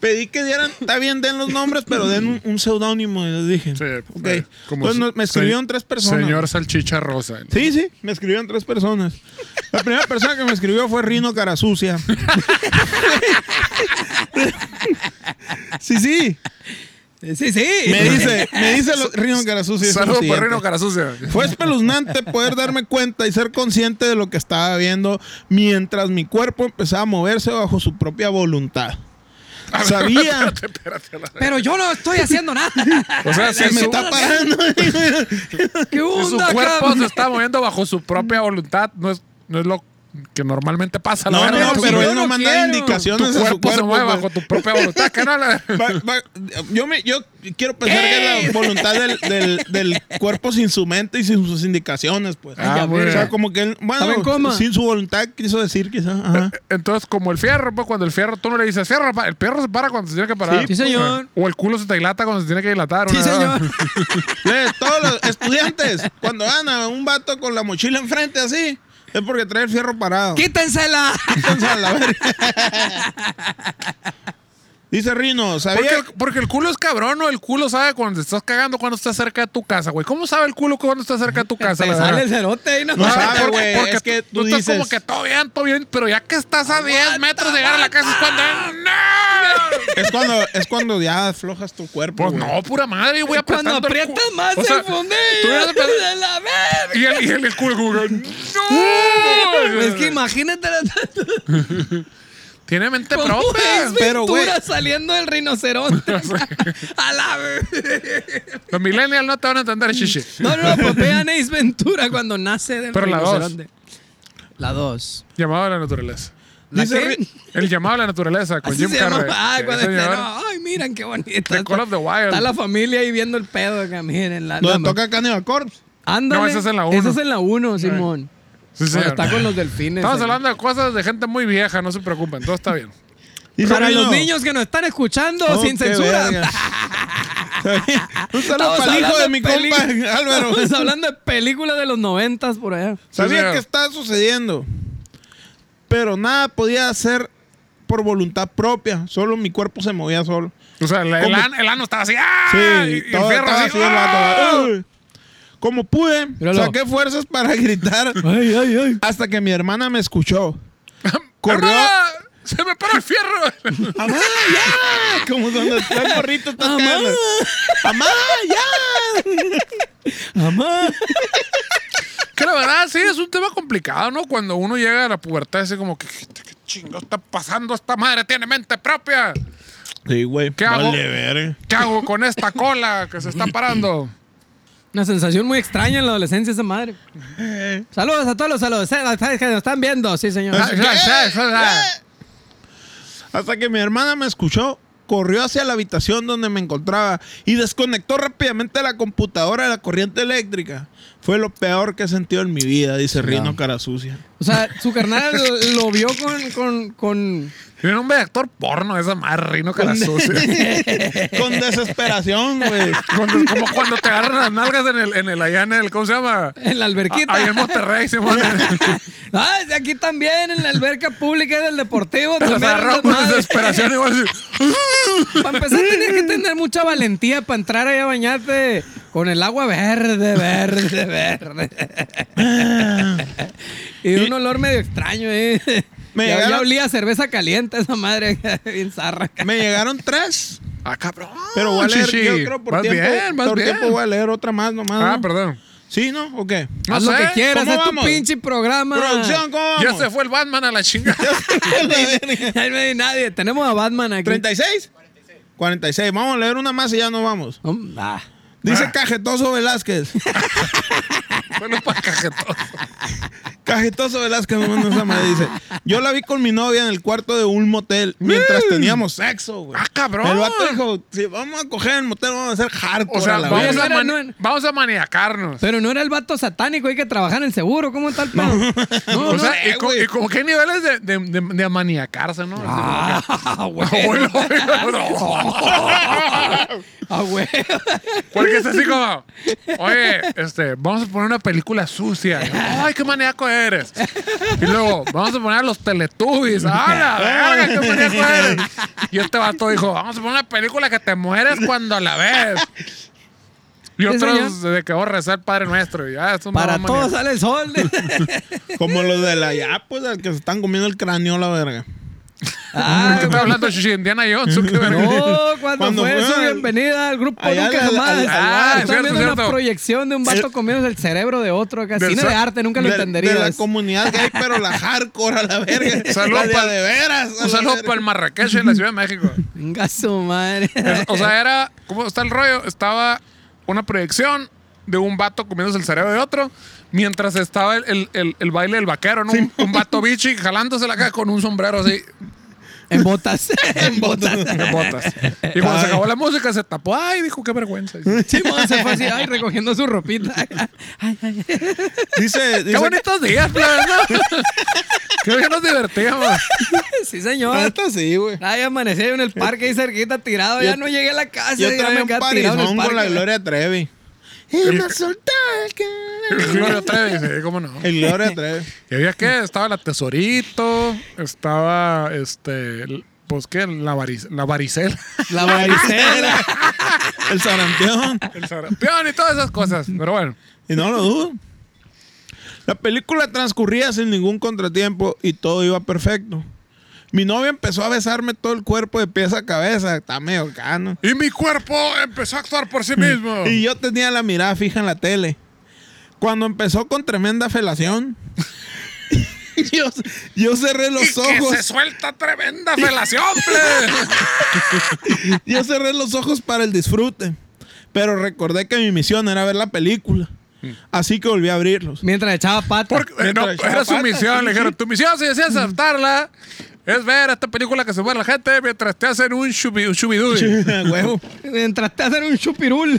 Pedí que dieran, está bien, den los nombres, pero den un, un seudónimo. Y les dije, Sí, ok. eh, como Entonces se- nos- me escribieron se- tres personas. Señor Salchicha Rosa. Sí, sí, me escribieron tres personas. La primera persona que me escribió fue Rino *laughs* Carasucia. sí, Eh, sí. Sí, sí. Me dice, me dice lo- Rino Carasucia. es lo Eh, Saludos por siguiente. Rino Carasucia. Fue espeluznante poder darme cuenta y ser consciente de lo que estaba viendo mientras mi cuerpo empezaba a moverse bajo su propia voluntad. *laughs* Sabía Pero yo no estoy haciendo nada. O sea, si *laughs* que me su, está parando. ¿Qué si su onda, cuerpo cabrón? se está moviendo bajo su propia voluntad, no es, no es lo que normalmente pasa. la *laughs* No, verga. no, Tu- pero yo él no no manda quiero. tu indicaciones cuerpo, a su se cuerpo. mueve pues. bajo tu propia voluntad. Que no la- *laughs* Va- va- yo, me, yo quiero pensar que es la voluntad del, del- del cuerpo sin su mente y sin sus indicaciones, pues. Ah, ya, muy o bien. sea, como que él, Estaba en bueno, coma. sin su voluntad quiso decir quizás. Ajá. Entonces, como el fierro, pues cuando el fierro tú no le dices fierro, pa-", el fierro se para cuando se tiene que parar. Sí, señor. O el culo se te dilata cuando se tiene que dilatar. *laughs* Sí, una- *laughs* señor. *laughs* Le- todos los estudiantes, cuando van a un vato con la mochila enfrente así, es porque trae el fierro *laughs* parado. ¡Quítensela! Entonces, a la verga. Dice Rino, Porque, ¿sabía? el- porque el culo es cabrón, ¿no? El culo sabe cuando estás cagando, cuando estás cerca de tu casa, güey. ¿Cómo sabe el culo cuando estás cerca de tu casa? Se la sale verdad? el cerote ahí, ¿no? No sabe, porque- güey, porque es que tú estás dices- como que todo bien, todo bien, pero ya que estás a 10 metros de llegar a la casa es cuando. ¡No! Es cuando, es cuando ya aflojas tu cuerpo. Pues güey. no, pura madre, güey. Cuando apretando el cu- aprietas más O el sea, fundillo. tú hubieras apretado- *laughs* ¡De la verga! *laughs* Y el, y el, el culo como que, ¡No! Es que imagínate la Tiene mente como propia. es Pero, güey. Ventura saliendo del *laughs* rinoceronte. *laughs* A la verga. Los millennials no te van a entender, chiche. No, no, pues *laughs* vean Ace Ventura cuando nace del Pero la dos. rinoceronte. La dos. Llamado a la naturaleza. ¿La Dice qué? Ri- El llamado a la naturaleza con Así Jim se llama. Carrey. Ah, Sí, cuando está, señor. no, Ay, miren qué bonita. The Call of the Wild. Está la familia ahí viendo el pedo acá, miren. La, la- Donde toca Cannibal Corpse. Ándale. No, esa es en la uno. Esa es en la 1, Simón. Sí, Cuando señor. está con los delfines. Estamos ahí. hablando de cosas de gente muy vieja, no se preocupen, todo está bien. Dice Para Rino, los niños que nos están escuchando Oh, sin qué censura. *laughs* verga. *laughs* Un saludo Estamos para el hijo hablando de mi peli- compa Álvaro. *laughs* Estamos hablando de películas de los noventas por allá. Sabía señor. que estaba sucediendo, pero nada podía hacer por voluntad propia. Solo mi cuerpo se movía solo. O sea, la- el, ¿Cómo? ano, el ano estaba así. ¡ah! Sí, Y- y el todo fierro estaba así. así, el ¡ah! vato, ¡ay! Como pude, Míralo. saqué fuerzas para *laughs* gritar Ay, ay, ay. hasta que mi hermana me escuchó. *laughs* Corrió. ¡Hermana! ¡Se me paró el fierro! ¡Amá, Ah. ya! *laughs* Como donde está el morrito, estás ¡Amá! cagando. ¡Amá, ya! Mamá. *laughs* que la verdad, sí, es un tema complicado, ¿no? Cuando uno llega a la pubertad, así como que, ¿qué, qué chingo está pasando? Esta madre tiene mente propia. Sí, güey. ¿Qué hago? Vale, verga. *laughs* ¿Qué hago con esta cola que se está parando? Una sensación muy extraña en la adolescencia esa madre. Saludos a todos los adolescentes que nos están viendo. Sí, señor. Ah, eh. Hasta que mi hermana me escuchó, corrió hacia la habitación donde me encontraba y desconectó rápidamente la computadora de la corriente eléctrica. Fue lo peor que he sentido en mi vida, dice Rino Cara Sucia. O sea, su carnal lo vio con, con, con... Tiene nombre de actor porno, esa más rino que *laughs* la sucia. Con desesperación, güey. Cuando- como cuando te agarran las nalgas en el, en el allá en el, ¿cómo se llama? en la alberquita. Ahí *laughs* en Monterrey se *laughs* ponen. Ah, de aquí también, en la alberca pública del deportivo. Los también, agarraron con desmadre. desesperación igual así. Para empezar, tenías que tener mucha valentía para entrar ahí a bañarte con el agua verde, verde, verde. y un olor medio extraño, ¿eh? Me ya, ya llegaron- olía a cerveza caliente esa madre, bien zarra. Me llegaron tres, Ah, cabrón. pero voy a leer, chichi. yo creo por Vas tiempo, bien, vas por bien. tiempo voy a leer otra más nomás. Ah, ¿no? perdón. ¿Sí, no? ¿O qué? No Haz sé. lo que quieras, ¿cómo haz tu vamos? pinche programa. Producción, *laughs* ¿cómo Ya vamos? se fue el Batman a la chingada. *laughs* *laughs* Ahí no hay nadie, tenemos a Batman aquí. ¿36? 46. Vamos a leer una más y ya nos vamos. Oh, ah. Dice Cajetoso Velázquez. Solo para cajetoso. Cajetoso Velázquez, no mames, esa madre, dice. Yo la vi con mi novia en el cuarto de un motel mientras teníamos sexo, güey. Mm. Ah, cabrón. El vato dijo, si vamos a coger en el motel, vamos a hacer hardcore O sea, a la vamos verga". a, verga. mani- No, no, no. vamos a *laughs* maniacarnos. Pero no era el vato satánico, hay que trabajar en el seguro, ¿cómo está el pedo? *laughs* No, o no, sea, sé, y, con, güey. y con qué niveles de, de, de, de amaniacarse, ¿no? *laughs* Ah, *laughs* Así como güey. *laughs* que- *laughs* Ah, güey. Porque es así como, oye, este, vamos a poner una película sucia. Ay, qué maníaco eres. Y luego, vamos a poner a los Teletubbies. ¡Ah, la verga, qué maníaco eres! Y este vato dijo, vamos a poner una película que te mueres cuando la ves. Y Sí, otros de que vos rezar Padre Nuestro. Y, ah, es un Para mamón todos maníaco. sale el sol. *laughs* Como los de la ya, pues, al que se están comiendo el cráneo, la verga. ¿Qué Ay, estás hablando, Shishi? ¿Indiana *laughs* Jones? ¿o qué verga? no, cuando, Cuando fue fue su al- bienvenida al grupo allá Nunca al- al- Jamás. al- Ah, Están es cierto, viendo una cierto. proyección de un Eh, vato comiendo el cerebro de otro acá. Del Cine sa- de arte, nunca lo de, de la entenderías. comunidad gay, pero la hardcore a la *laughs* verga. Saludo La de, pa'l- de veras. a Un la saludo verga. para el Marrakech en la Ciudad de México. Venga su *laughs* madre. Es- o *laughs* sea, era. ¿Cómo está el rollo? Estaba una proyección de un vato comiéndose el cerebro de otro mientras estaba el, el- el- el baile del vaquero, ¿no? Un, un vato bichi jalándose la cara con un sombrero así En *laughs* botas. en botas. de botas. Y cuando se acabó la música se tapó. ¡Ay! Dijo, qué vergüenza. ¡Qué Simón se fue así, ay, recogiendo su ropita. *laughs* Ay, ay, ay. Dice, dice bonitos días, plebes, ¿no? *laughs* ¡Qué bien nos divertíamos! Sí, La señor. neta sí, güey. Ay, amanecí ahí en el parque ahí cerquita tirado. Yo- ya no llegué a la casa. ya Yo me traía un quedé tirado en el parizón con la parque. Gloria Trevi. Y me soltaba el que- Gloria Trevi, sí, cómo no. El Gloria Trevi. ¿Y había qué? Estaba la Tesorito, estaba este. el- Pues qué, la, varic- la varicela. La varicela. *laughs* El sarampión. El sarampión y todas esas cosas. Pero bueno. Y no lo dudo. La película transcurría sin ningún contratiempo y todo iba perfecto. Mi novia empezó a besarme todo el cuerpo de pies a cabeza. Está medio cano. Y mi cuerpo empezó a actuar por sí mismo. Y yo tenía la mirada fija en la tele. Cuando empezó con tremenda felación, *laughs* yo, yo cerré los que ojos. se suelta tremenda felación, ple. Yo cerré los ojos para el disfrute. Pero recordé que mi misión era ver la película. Así que volví a abrirlos. *laughs* Mientras echaba pata. Porque, eh, no, Mientras era su chapata, misión, le sí, dijeron. sí. Tu misión, si decías aceptarla, es ver esta película que se muere la gente mientras te hacen un shubi- un shubidubi. Huevo. Mientras te hacen un chupirul. *laughs*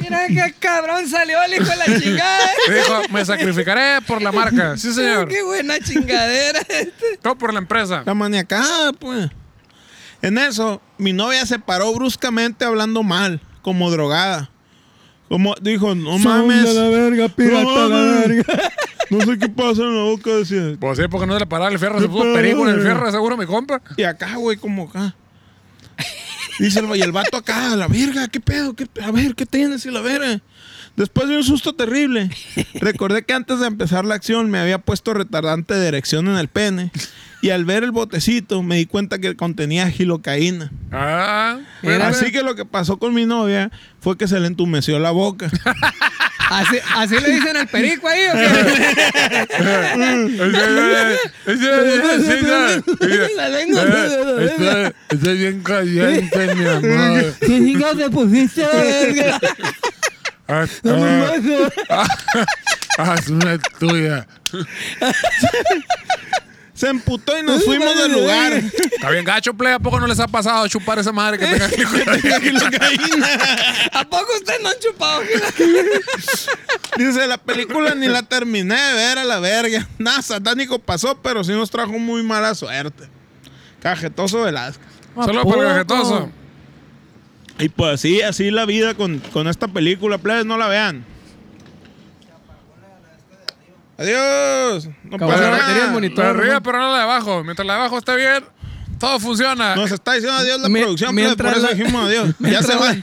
Mira qué cabrón salió el hijo de la chingada. Y Dijo, me sacrificaré por la marca. Sí, señor. Qué buena chingadera. este. Todo por la empresa. La maniacada, pues. En eso, mi novia se paró bruscamente hablando mal, como drogada. Como dijo, no mames. verga, no, mames. *laughs* no sé qué pasa en la boca, decía. Pues sí, porque no se le paraba el fierro. Se Qué puso pedo, perico en el güey. fierro, seguro, mi compa. Y acá, güey, como acá. Dice el, y el vato acá, la verga, qué pedo, ¿Qué pe- a ver, ¿qué tienes? Y la verga. Después de un susto terrible, recordé que antes de empezar la acción me había puesto retardante de erección en el pene. Y al ver el botecito me di cuenta que contenía gilocaína. Ah, Era mira, Así que lo que pasó con mi novia fue que se le entumeció *laughs* la boca. Así, así le dicen al perico ahí, ¿o *laughs* qué? La lengua. Estoy estoy bien caliente, mi amor. ¿Qué chingados te pusiste? Haz- No ah, mames, no. Haz ah, una tuya. Se emputó y nos fuimos del lugar. *laughs* Está bien gacho, play. ¿A poco no les ha pasado a chupar esa madre que tenga *laughs* Y la gallina. ¿A poco ustedes no han chupado? Dice, la película ni la terminé de ver a la verga. Nada satánico pasó, pero sí nos trajo muy mala suerte. Cajetoso Velázquez. Solo para el gajetoso. Y pues así, así la vida con, con esta película, plebes, no la vean. Adiós. No Acabó la pasa batería del nada. La monitor. de arriba, Ramón. pero no la de abajo. Mientras la de abajo esté bien, todo funciona. *laughs* Nos está diciendo adiós la Mi- producción, plebes, por eso la- *laughs* dijimos adiós. ya mientras se va. la-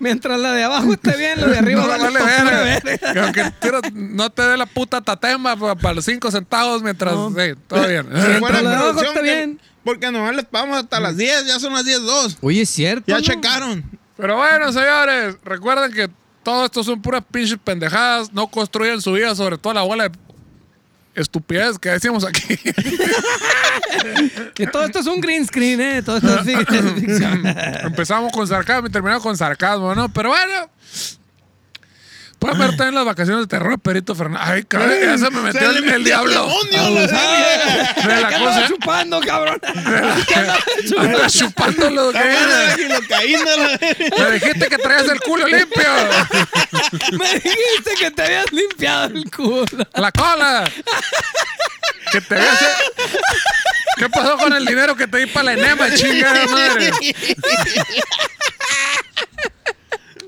mientras la de abajo esté bien, la de arriba No, vale vale pa' verga. verga. Que aunque tiro- no te dé la puta tatema pa- para los cinco centavos mientras. No. Sí, todo *laughs* bien. Si Mientras fuera la de abajo producción, está que- bien. Porque nomás les pagamos hasta las 10, ya son las 10.02. Oye, es cierto. Ya ¿no? checaron. Pero bueno, señores, recuerden que todo esto son puras pinches pendejadas. No construyen su vida sobre toda la bola de estupidez que decimos aquí. *laughs* Que todo esto es un green screen, ¿eh? Todo esto *laughs* es fic- es ficción. *laughs* *laughs* Empezamos con sarcasmo y terminamos con sarcasmo, ¿no? Pero bueno. Pueden ver también las vacaciones de terror de Perito Fernández. Ay, cabrón, ya se me metió Se el, le el metió el diablo. demonio, la ¿eh? verga. Me la ¿Qué andaba cosa. chupando, cabrón? *laughs* Anda chupándolo. ¿qué Cabrón, la eres? gilocaína, la verga. Me dijiste que traías el culo limpio. Me dijiste que te habías limpiado el culo. La cola. Que te habías- ¿Qué pasó con el dinero que te di para la enema, chingada *laughs* *laughs* madre?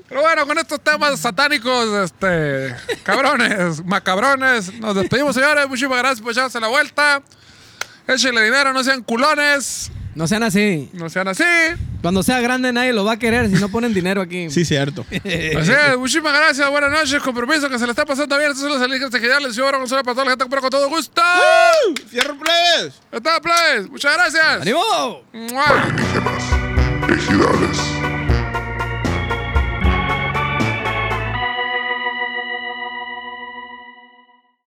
Pero bueno, con estos temas satánicos, este, cabrones, macabrones, nos despedimos, señores. Muchísimas gracias por echarse la vuelta. Échenle dinero, no sean culones, No sean así. no sean así. Cuando sea grande nadie lo va a querer si no ponen dinero aquí. Sí, *laughs* cierto. Así es, muchísimas gracias, buenas noches, compromiso, que se le está pasando bien. Estos son los alienígenas ejidales. Yo ahora Gonzalo para toda la gente, pero con todo gusto. ¡Ah! Fierro, plebes. Ya está, plebes. Muchas pues. gracias. ¡Ánimo! ¡Mua! alienígenas, ejidales.